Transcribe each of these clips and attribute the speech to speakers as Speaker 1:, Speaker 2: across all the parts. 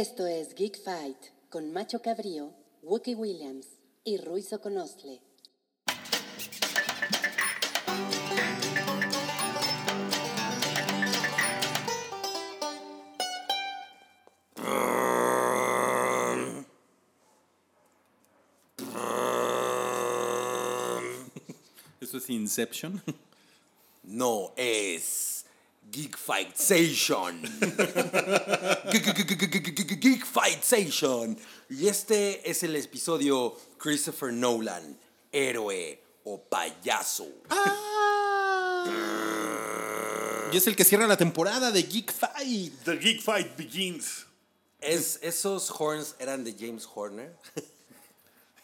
Speaker 1: Esto es Geek Fight con Macho Cabrío, Wookie Williams y Ruiz Oconostle.
Speaker 2: Eso es Inception.
Speaker 3: No es Geek Fight Station. Geek Fight Station. Y este es el episodio Christopher Nolan, héroe o payaso.
Speaker 2: Y es el que cierra la temporada de Geek Fight.
Speaker 4: The Geek Fight Begins.
Speaker 3: ¿Es, ¿Esos horns eran de James Horner?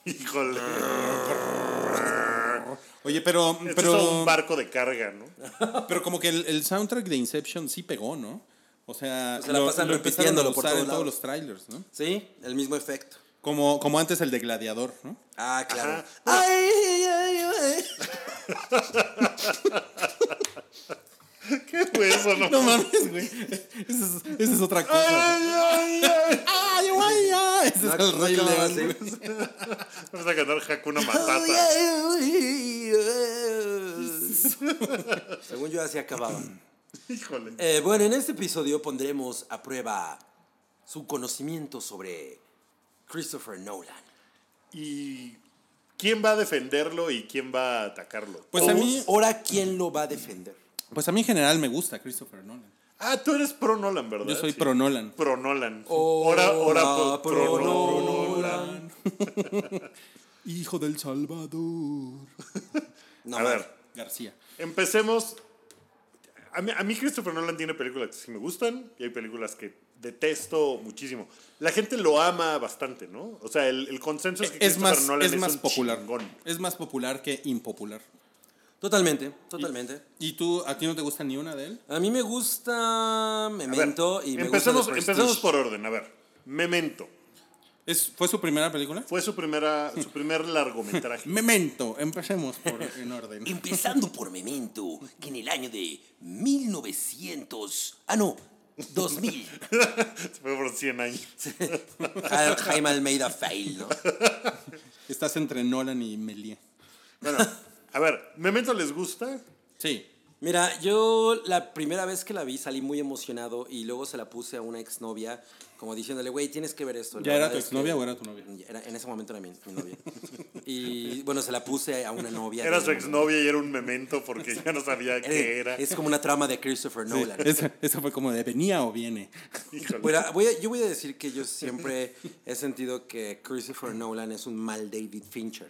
Speaker 4: Híjole.
Speaker 2: Ah. Oye, pero,
Speaker 4: Este es
Speaker 2: pero,
Speaker 4: un barco de carga, ¿no?
Speaker 2: pero como que el, el soundtrack de Inception sí pegó, ¿no? O sea,
Speaker 3: O sea, la pasan
Speaker 2: empezaron a
Speaker 3: repitiéndolo por
Speaker 2: usar
Speaker 3: todos
Speaker 2: en todos
Speaker 3: lados.
Speaker 2: los trailers, ¿no?
Speaker 3: Sí, el mismo efecto.
Speaker 2: Como, como antes el de Gladiador, ¿no?
Speaker 3: Ah, claro.
Speaker 4: Ajá.
Speaker 3: Ay, ay, ay,
Speaker 4: ¿Qué fue eso, no?
Speaker 2: No mames, güey. Esa es, esa es otra cosa.
Speaker 4: Ay, ay,
Speaker 2: ¡Ay, güey! ay. Ese
Speaker 3: No,
Speaker 2: es el
Speaker 3: no
Speaker 2: Rey
Speaker 3: acababa
Speaker 2: León,
Speaker 3: así.
Speaker 2: güey.
Speaker 4: ay. Vamos a ganar Hakuna
Speaker 3: Ay,
Speaker 4: Matata.
Speaker 3: ay, ay. Según yo así acababa.
Speaker 4: Híjole.
Speaker 3: Eh, bueno, en este episodio pondremos a prueba su conocimiento sobre Christopher Nolan.
Speaker 4: ¿Y quién va a defenderlo y quién va a atacarlo?
Speaker 2: Pues
Speaker 3: O-
Speaker 2: a mí,
Speaker 3: Ahora, ¿quién lo va a defender?
Speaker 2: pues a mí en general me gusta Christopher Nolan.
Speaker 4: Ah, tú eres pro Nolan, ¿verdad?
Speaker 2: Yo soy
Speaker 4: Sí.
Speaker 2: pro Oh, ah, Nolan.
Speaker 4: Pro Nolan.
Speaker 3: Ahora,
Speaker 4: Ora, ora, po- pro, Nolan.
Speaker 2: Hijo del Salvador.
Speaker 3: No,
Speaker 4: A ver,
Speaker 2: García.
Speaker 4: empecemos. A mí, a mí Christopher Nolan tiene películas que sí me gustan y hay películas que detesto muchísimo. La gente lo ama bastante, ¿no? O sea, el, el consenso es que
Speaker 2: Es
Speaker 4: Christopher
Speaker 2: más,
Speaker 4: Nolan
Speaker 2: es más
Speaker 4: un
Speaker 2: popular.
Speaker 4: chingón.
Speaker 2: Es más popular que impopular.
Speaker 3: Totalmente, totalmente.
Speaker 2: ¿Y tú, a ti no te gusta ni una de él?
Speaker 3: A mí me gusta
Speaker 4: A ver,
Speaker 3: Memento y me
Speaker 4: empecemos,
Speaker 3: gusta The Prestige.
Speaker 4: empecemos por orden, a ver. Memento.
Speaker 2: ¿Es, ¿Fue su primera película?
Speaker 4: Fue su, primera, su primer largometraje.
Speaker 2: Memento, empecemos por, en orden.
Speaker 3: Empezando por Memento, que en el año de 1900... Ah, no, 2000.
Speaker 4: Se fue por 100 años.
Speaker 3: Ja- Jaime Almeida fail, ¿no?
Speaker 2: Estás entre Nolan y Melia.
Speaker 4: Bueno, a ver, ¿Memento les gusta?
Speaker 2: Sí.
Speaker 3: Mira, yo la primera vez que la vi salí muy emocionado y luego se la puse a una exnovia como diciéndole, güey, tienes que ver esto. La
Speaker 2: ¿Ya era
Speaker 3: verdad
Speaker 2: tu
Speaker 3: es que-
Speaker 2: exnovia o era tu novia?
Speaker 3: Ya era- en ese momento era mi, mi novia. Y bueno, se la puse a una novia.
Speaker 4: Era
Speaker 3: de-
Speaker 4: su exnovia y era un memento porque ya no sabía qué
Speaker 2: Eh,
Speaker 3: Era-
Speaker 4: era.
Speaker 3: Es como una trama de Christopher
Speaker 2: Sí,
Speaker 3: Nolan.
Speaker 2: esa, esa fue como de venía o viene.
Speaker 4: Híjole.
Speaker 3: Bueno, voy a- yo voy a decir que yo siempre he sentido que Christopher Nolan es un mal David Fincher,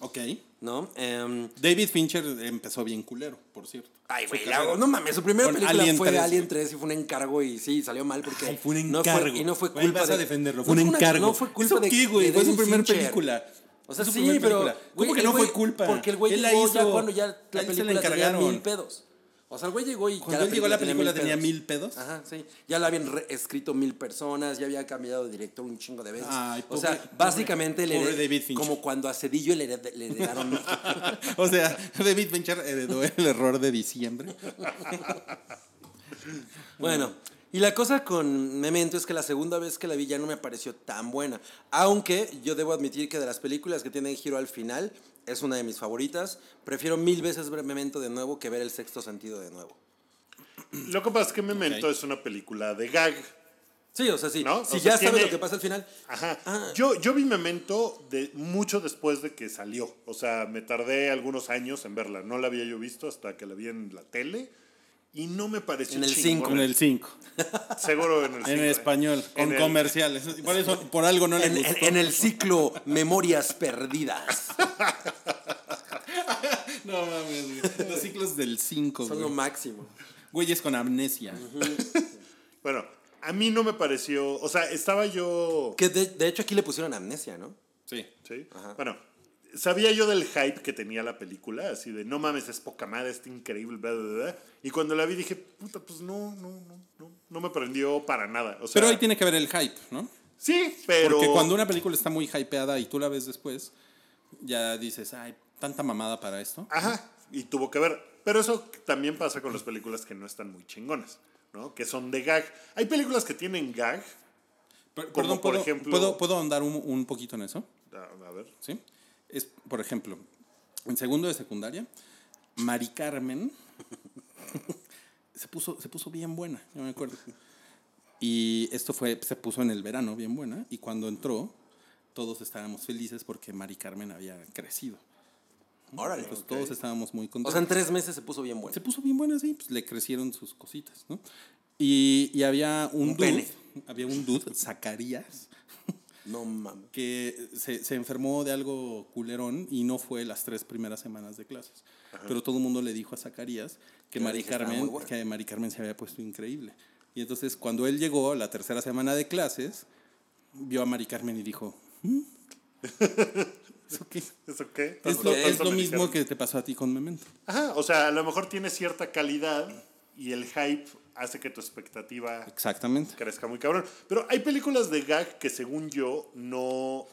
Speaker 2: Ok.
Speaker 3: ¿no? Em,
Speaker 2: David Fincher empezó bien culero, por cierto.
Speaker 3: Ay, güey, la- no mames, su primera
Speaker 2: Con
Speaker 3: película
Speaker 2: Alien
Speaker 3: fue
Speaker 2: 3.
Speaker 3: Alien 3 y fue un encargo y sí, salió mal porque
Speaker 2: Ay, fue un
Speaker 3: no
Speaker 2: encargo.
Speaker 3: y no fue
Speaker 2: Güey,
Speaker 3: culpa
Speaker 2: vas
Speaker 3: de
Speaker 2: a defenderlo.
Speaker 3: no
Speaker 2: Fue un
Speaker 3: una-
Speaker 2: encargo.
Speaker 3: No fue culpa
Speaker 2: ¿Eso
Speaker 3: de
Speaker 2: qué, güey?
Speaker 3: de
Speaker 2: Fue su
Speaker 3: David
Speaker 2: primer
Speaker 3: Fincher.
Speaker 2: película.
Speaker 3: O sea,
Speaker 2: Fue su
Speaker 3: sí,
Speaker 2: primer
Speaker 3: pero
Speaker 2: película. ¿Cómo que
Speaker 3: el
Speaker 2: no fue culpa?
Speaker 3: Porque el güey
Speaker 2: Él la
Speaker 3: llegó ya
Speaker 2: hizo.
Speaker 3: cuando ya
Speaker 2: A
Speaker 3: la
Speaker 2: él se la
Speaker 3: película tenía
Speaker 2: encargaron.
Speaker 3: mil pedos. O sea, el güey llegó y ya
Speaker 2: Cuando él llegó a la película tenía mil pedos.
Speaker 3: Ajá, sí. Ya la habían re- escrito mil personas, ya había cambiado de director un chingo de veces.
Speaker 2: Ay,
Speaker 3: o sea,
Speaker 2: pobre-
Speaker 3: básicamente le
Speaker 2: pobre
Speaker 3: hered-
Speaker 2: David Fincher.
Speaker 3: como cuando a Cedillo le, hered- le heredaron
Speaker 2: O sea, David Fincher heredó el error de diciembre.
Speaker 3: Bueno, y la cosa con Memento es que la segunda vez que la vi ya no me pareció tan buena. Aunque yo debo admitir que de las películas que tienen giro al final, es una de mis favoritas. Prefiero mil veces ver Memento de nuevo que ver El Sexto Sentido de nuevo.
Speaker 4: Lo que pasa es que Memento
Speaker 2: Ok.
Speaker 4: es una película de gag.
Speaker 3: Sí, o sea, sí.
Speaker 4: ¿No?
Speaker 3: Si
Speaker 4: O sea,
Speaker 3: ya sabes
Speaker 4: tiene-
Speaker 3: lo que pasa al final.
Speaker 4: Ajá.
Speaker 3: Ah.
Speaker 4: Yo, yo vi Memento de mucho después de que salió. O sea, me tardé algunos años en verla. No la había yo visto hasta que la vi en la tele. Y no me pareció
Speaker 3: En el
Speaker 4: chingona.
Speaker 3: cinco.
Speaker 2: Con el 5.
Speaker 4: Seguro en el
Speaker 2: En
Speaker 4: cinco, ¿eh?
Speaker 2: español, con
Speaker 4: En el-
Speaker 2: comerciales. Por eso, por algo no le
Speaker 3: En, en-
Speaker 2: gustó.
Speaker 3: en el ciclo Memorias Perdidas.
Speaker 2: No mames, güey. Los ciclos del 5,
Speaker 3: Son lo
Speaker 2: güey.
Speaker 3: máximo.
Speaker 2: Güeyes con amnesia.
Speaker 4: Bueno, a mí no me pareció... O sea, estaba yo...
Speaker 3: Que de, de hecho aquí le pusieron amnesia, ¿no?
Speaker 2: Sí.
Speaker 4: ¿sí? Bueno, sabía yo del hype que tenía la película, así de no mames, es poca madre, está increíble, bla, bla, bla. Y cuando la vi dije, puta, pues no, no, no, no, no me prendió para nada. O sea,
Speaker 2: Pero ahí tiene que ver el hype, ¿no?
Speaker 4: Sí, pero.
Speaker 2: Porque cuando una película está muy hypeada y tú la ves después, ya dices, ay, tanta mamada para esto.
Speaker 4: Ajá, y tuvo que ver. Pero eso también pasa con las películas que no están muy chingonas. ¿no? Que son de gag. Hay películas que tienen gag.
Speaker 2: Per-
Speaker 4: Como
Speaker 2: perdón,
Speaker 4: por
Speaker 2: ¿puedo,
Speaker 4: ejemplo-
Speaker 2: ¿puedo, ¿puedo ahondar un, un poquito en eso?
Speaker 4: A, a ver.
Speaker 2: ¿Sí? Es, por ejemplo, en segundo de secundaria, Mari Carmen se, puso, se puso bien buena, yo me acuerdo. Y esto fue, se puso en el verano bien buena, y cuando entró, todos estábamos felices porque Mari Carmen había crecido.
Speaker 3: Órale.
Speaker 2: Pues todos estábamos muy
Speaker 3: Ah, O
Speaker 2: contentos.
Speaker 3: sea, en tres meses se puso bien bueno.
Speaker 2: Se puso bien buena, sí, pues le crecieron sus cositas, ¿no? Y, y había un,
Speaker 3: Un
Speaker 2: dude,
Speaker 3: pene.
Speaker 2: había un dude, Zacarías,
Speaker 3: No mames.
Speaker 2: que se, se enfermó de algo culerón y no fue las tres primeras semanas de clases. Pero todo el mundo le dijo a Zacarías que
Speaker 3: Que la
Speaker 2: Mari,
Speaker 3: vieja estaba
Speaker 2: Carmen,
Speaker 3: muy buena.
Speaker 2: que Mari Carmen se había puesto increíble. Y entonces cuando él llegó a la tercera semana de clases, vio a Mari Carmen y dijo, "Mm, ¿eso qué?
Speaker 4: ¿Eso qué?
Speaker 2: Es
Speaker 4: Tanto-
Speaker 2: lo,
Speaker 4: tanto
Speaker 2: es lo
Speaker 4: me
Speaker 2: mismo
Speaker 4: dijeron.
Speaker 2: que te pasó a ti con Memento.
Speaker 4: Ajá, o sea, a lo mejor tiene cierta calidad y el hype hace que tu expectativa
Speaker 2: Exactamente.
Speaker 4: crezca muy cabrón. Pero hay películas de gag que según yo no...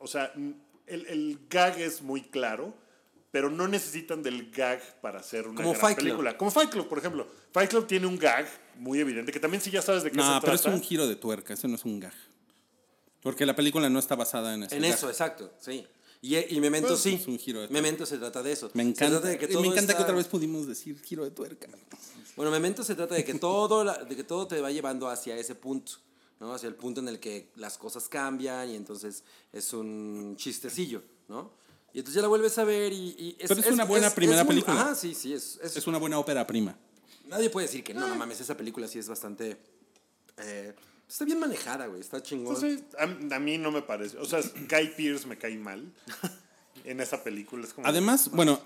Speaker 4: O sea, n- el, el gag es muy claro, pero no necesitan del gag para hacer una
Speaker 3: Como
Speaker 4: gran
Speaker 3: Fight Club.
Speaker 4: película. Como Fight Club, por ejemplo. Fight Club tiene un gag muy evidente, que también si ya sabes de qué
Speaker 2: No,
Speaker 4: se
Speaker 2: pero es
Speaker 4: trata...
Speaker 2: un giro de tuerca, eso no es un gag. Porque la película no está basada en eso.
Speaker 3: En eso, exacto, sí. Y, eh, y Memento
Speaker 2: Pues,
Speaker 3: sí.
Speaker 2: es un giro de tuerca.
Speaker 3: Memento se trata de eso.
Speaker 2: Me
Speaker 3: Se
Speaker 2: encanta,
Speaker 3: trata de
Speaker 2: y
Speaker 3: todo
Speaker 2: me encanta
Speaker 3: está-
Speaker 2: que otra vez pudimos decir giro de tuerca.
Speaker 3: Bueno, Memento se trata de que todo, la- de que todo te va llevando hacia ese punto, ¿no? Hacia el punto en el que las cosas cambian y entonces es un chistecillo, ¿no? Y entonces ya la vuelves a ver y... y
Speaker 2: Pero es una buena primera
Speaker 3: muy-
Speaker 2: película.
Speaker 3: Ajá, sí, sí. Es, es-
Speaker 2: Es Eh. una buena ópera prima.
Speaker 3: Nadie puede decir que no, no mames, esa película sí es bastante... eh, está bien manejada, güey, está chingón.
Speaker 4: Entonces, pues, a, a mí no me parece. O sea, Guy Pierce me cae mal en esa película. Es como,
Speaker 2: Además, bueno,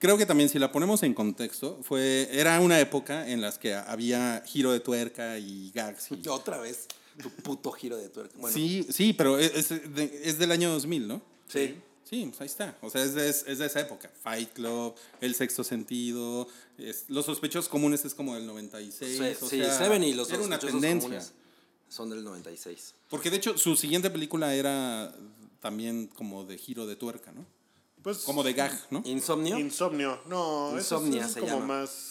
Speaker 2: creo que también si la ponemos en contexto, fue era una época en las que había giro de tuerca y gags. y-
Speaker 3: Otra vez, tu puto giro de tuerca. Oh, Bueno,
Speaker 2: Sí, sí, pero es, es de- es del año 2000, ¿no?
Speaker 3: sí.
Speaker 2: Sí, pues ahí está. O sea, es de, es de esa época. Fight Club, El Sexto Sentido, es- Los Sospechosos Comunes es como del 96.
Speaker 3: Sí,
Speaker 2: o
Speaker 3: sí,
Speaker 2: sea,
Speaker 3: Seven y los
Speaker 2: Era una
Speaker 3: Sospechosos
Speaker 2: tendencia.
Speaker 3: Comunes son del 96.
Speaker 2: Porque de hecho, su siguiente película era también como de giro de tuerca, ¿no?
Speaker 4: pues,
Speaker 2: Como de gag, ¿no?
Speaker 3: Insomnio.
Speaker 4: Insomnio. No, eso es-
Speaker 3: Insomnia
Speaker 4: eso es
Speaker 3: se
Speaker 4: como
Speaker 3: llama.
Speaker 4: más.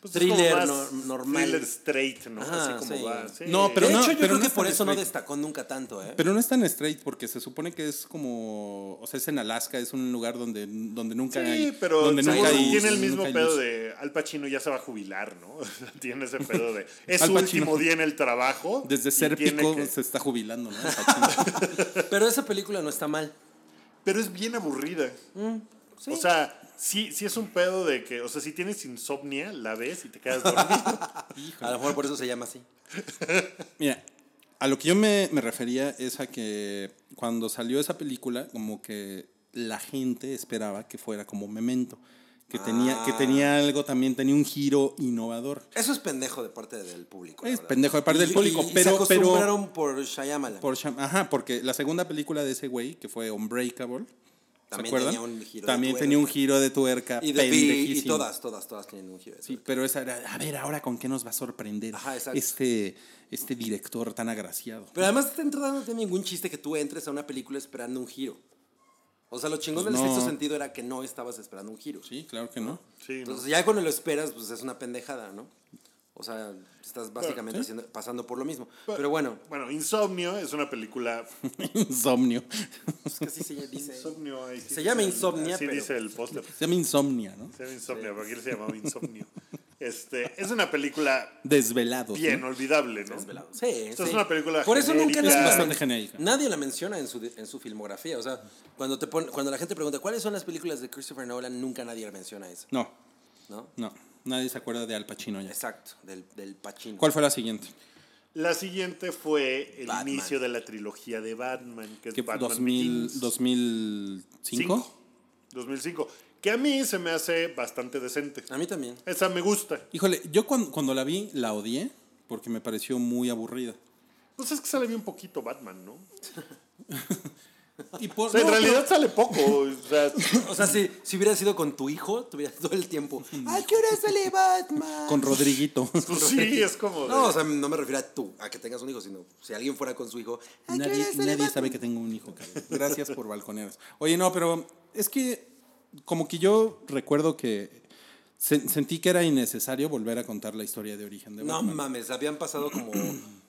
Speaker 4: pues, es
Speaker 3: Thriller
Speaker 4: como
Speaker 3: nor- normal.
Speaker 4: Thriller straight, ¿no?
Speaker 3: Ajá,
Speaker 4: Así como
Speaker 3: sí.
Speaker 4: va. sí.
Speaker 2: No, pero
Speaker 3: de
Speaker 2: no-
Speaker 3: hecho, yo
Speaker 2: pero
Speaker 3: creo
Speaker 2: no
Speaker 3: que
Speaker 2: es
Speaker 3: por
Speaker 2: tan
Speaker 3: eso no
Speaker 2: estricto.
Speaker 3: destacó nunca tanto, ¿eh?
Speaker 2: Pero no es tan straight porque se supone que es como, o sea, es en Alaska, es un lugar donde, donde nunca hay...
Speaker 4: Sí, pero
Speaker 2: donde
Speaker 4: seguro
Speaker 2: hay-
Speaker 4: tiene el
Speaker 2: nunca
Speaker 4: mismo
Speaker 2: hay
Speaker 4: pedo
Speaker 2: luz.
Speaker 4: de Al Pacino ya se va a jubilar, ¿no? tiene ese pedo de es
Speaker 2: Al
Speaker 4: su
Speaker 2: Pacino.
Speaker 4: último día en el trabajo.
Speaker 2: Desde
Speaker 4: y
Speaker 2: ser
Speaker 4: tiene
Speaker 2: pico
Speaker 4: que-
Speaker 2: se está jubilando, ¿no? Al Pacino.
Speaker 3: Pero esa película no está mal.
Speaker 4: Pero es bien aburrida.
Speaker 3: Mm, sí.
Speaker 4: O sea, sí, sí es un pedo de que, o sea, si tienes insomnia, la ves y te quedas dormido.
Speaker 3: A lo mejor por eso se llama así.
Speaker 2: Mira, a lo que yo me, me refería es a que cuando salió esa película, como que la gente esperaba que fuera como Memento, que, tenía, que
Speaker 3: Ah.
Speaker 2: tenía algo también, tenía un giro innovador.
Speaker 3: Eso es pendejo de parte del público. la
Speaker 2: Es
Speaker 3: verdad.
Speaker 2: pendejo de parte del
Speaker 3: Y-
Speaker 2: público,
Speaker 3: y-
Speaker 2: pero-
Speaker 3: y se
Speaker 2: pero-
Speaker 3: acostumbraron por Shyamalan.
Speaker 2: Por Sham- Ajá, porque la segunda película de ese güey, que fue Unbreakable,
Speaker 3: También
Speaker 2: ¿se acuerdan?
Speaker 3: tenía un giro de
Speaker 2: También
Speaker 3: tuerca.
Speaker 2: tenía un giro de tuerca
Speaker 3: y, de, y- y
Speaker 2: pendejísimo.
Speaker 3: todas, todas, todas tienen un giro. de
Speaker 2: Sí,
Speaker 3: tuerca.
Speaker 2: pero esa era, a ver, ahora con qué nos va a sorprender
Speaker 3: Ajá, exacto.
Speaker 2: este, este director tan agraciado.
Speaker 3: Pero además está entrando de ningún chiste que tú entres a una película esperando un giro. O sea, lo chingón
Speaker 2: Pues
Speaker 3: del
Speaker 2: no.
Speaker 3: sexto sentido era que no estabas esperando un giro.
Speaker 2: Sí, claro que no.
Speaker 4: Sí, ¿no?
Speaker 3: Entonces ya cuando lo esperas, pues es una pendejada, ¿no? O sea, estás básicamente
Speaker 2: sí.
Speaker 3: haciendo- pasando por lo mismo. Pero bueno,
Speaker 4: Bueno, Insomnio es una película.
Speaker 2: Insomnio.
Speaker 3: es que así se dice.
Speaker 4: Insomnio, ahí sí
Speaker 3: Se llama
Speaker 4: dice el-
Speaker 3: Insomnia,
Speaker 4: Así
Speaker 3: pero-
Speaker 4: dice el póster.
Speaker 2: Se llama Insomnia, ¿no?
Speaker 4: Se llama Insomnia, pero aquí se llamaba Insomnio. Este, es una película
Speaker 2: Desvelados.
Speaker 4: bien
Speaker 2: ¿no?
Speaker 4: olvidable, ¿no?
Speaker 3: Desvelado. Sí,
Speaker 4: Esta es
Speaker 3: sí.
Speaker 4: una película
Speaker 3: Por eso nunca
Speaker 4: genérica.
Speaker 3: la
Speaker 2: Es bastante genérica.
Speaker 3: Nadie la menciona en su, en su filmografía. O sea, cuando, te pon- cuando la gente pregunta cuáles son las películas de Christopher Nolan, nunca nadie la menciona esa,
Speaker 2: No,
Speaker 3: ¿no?
Speaker 2: no. Nadie se acuerda de Al Pacino ya.
Speaker 3: Exacto, del, del Pacino.
Speaker 2: ¿Cuál fue la siguiente?
Speaker 4: La siguiente fue el
Speaker 3: Batman.
Speaker 4: inicio de la trilogía de Batman, que es
Speaker 2: ¿Qué fue?
Speaker 4: Batman
Speaker 2: 2000,
Speaker 4: Begins.
Speaker 2: 2005.
Speaker 4: Cinco. 2005. Que a mí se me hace bastante decente.
Speaker 3: A mí también.
Speaker 4: Esa me gusta.
Speaker 2: Híjole, yo cuando, cuando la vi la odié porque me pareció muy aburrida.
Speaker 4: Pues es que sale bien poquito Batman, ¿no?
Speaker 2: Y por-
Speaker 4: O sea, en
Speaker 2: no,
Speaker 4: realidad
Speaker 2: pero-
Speaker 4: sale poco. O sea, pues
Speaker 3: O sea, si, si hubiera sido con tu hijo, tuvieras todo el tiempo. ¿A qué hora sale Batman?
Speaker 2: con Rodriguito.
Speaker 4: pues sí, es como. de-
Speaker 3: No, o sea, no me refiero a tú, a que tengas un hijo, sino si alguien fuera con su hijo. ¿a qué
Speaker 2: nadie
Speaker 3: hora sale
Speaker 2: nadie
Speaker 3: Batman?
Speaker 2: sabe que tengo un hijo, cabrón. Gracias por balconeras. Oye, no, pero es que como que yo recuerdo que sen- sentí que era innecesario volver a contar la historia de origen de
Speaker 3: No
Speaker 2: Batman.
Speaker 3: mames, habían pasado como.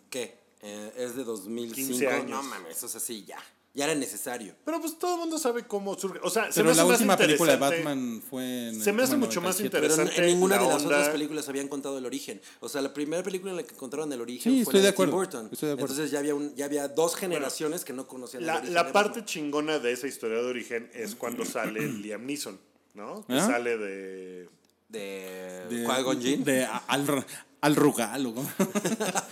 Speaker 3: ¿Qué? Eh, es de 2005.
Speaker 4: 15 años.
Speaker 3: No mames, o sea, sí, ya. Ya era necesario.
Speaker 4: Pero pues todo el mundo sabe cómo surge. O sea, se me
Speaker 2: Pero
Speaker 4: hace
Speaker 2: la
Speaker 4: más
Speaker 2: última película de
Speaker 4: interesante-
Speaker 2: Batman fue en
Speaker 4: Se me
Speaker 2: el-
Speaker 4: hace
Speaker 2: como
Speaker 4: mucho más
Speaker 2: 97.
Speaker 3: Pero en,
Speaker 4: Interesante
Speaker 3: en ninguna de
Speaker 4: la
Speaker 3: las
Speaker 4: onda.
Speaker 3: otras películas habían contado el origen. O sea, la primera película en la que contaron el origen
Speaker 2: Sí, estoy
Speaker 3: fue la
Speaker 2: de
Speaker 3: de, Tim
Speaker 2: acuerdo,
Speaker 3: Burton.
Speaker 2: estoy de acuerdo.
Speaker 3: Entonces ya había, un- ya había dos generaciones que no conocían el
Speaker 4: La,
Speaker 3: origen
Speaker 4: la
Speaker 3: de
Speaker 4: parte
Speaker 3: Batman.
Speaker 4: chingona de esa historia de origen es cuando sale Liam Neeson, ¿no? Que
Speaker 2: ¿Ah?
Speaker 4: sale de.
Speaker 3: de,
Speaker 2: De-
Speaker 3: Qui-Gon Jinn.
Speaker 2: De a- al, al Rugal. o como-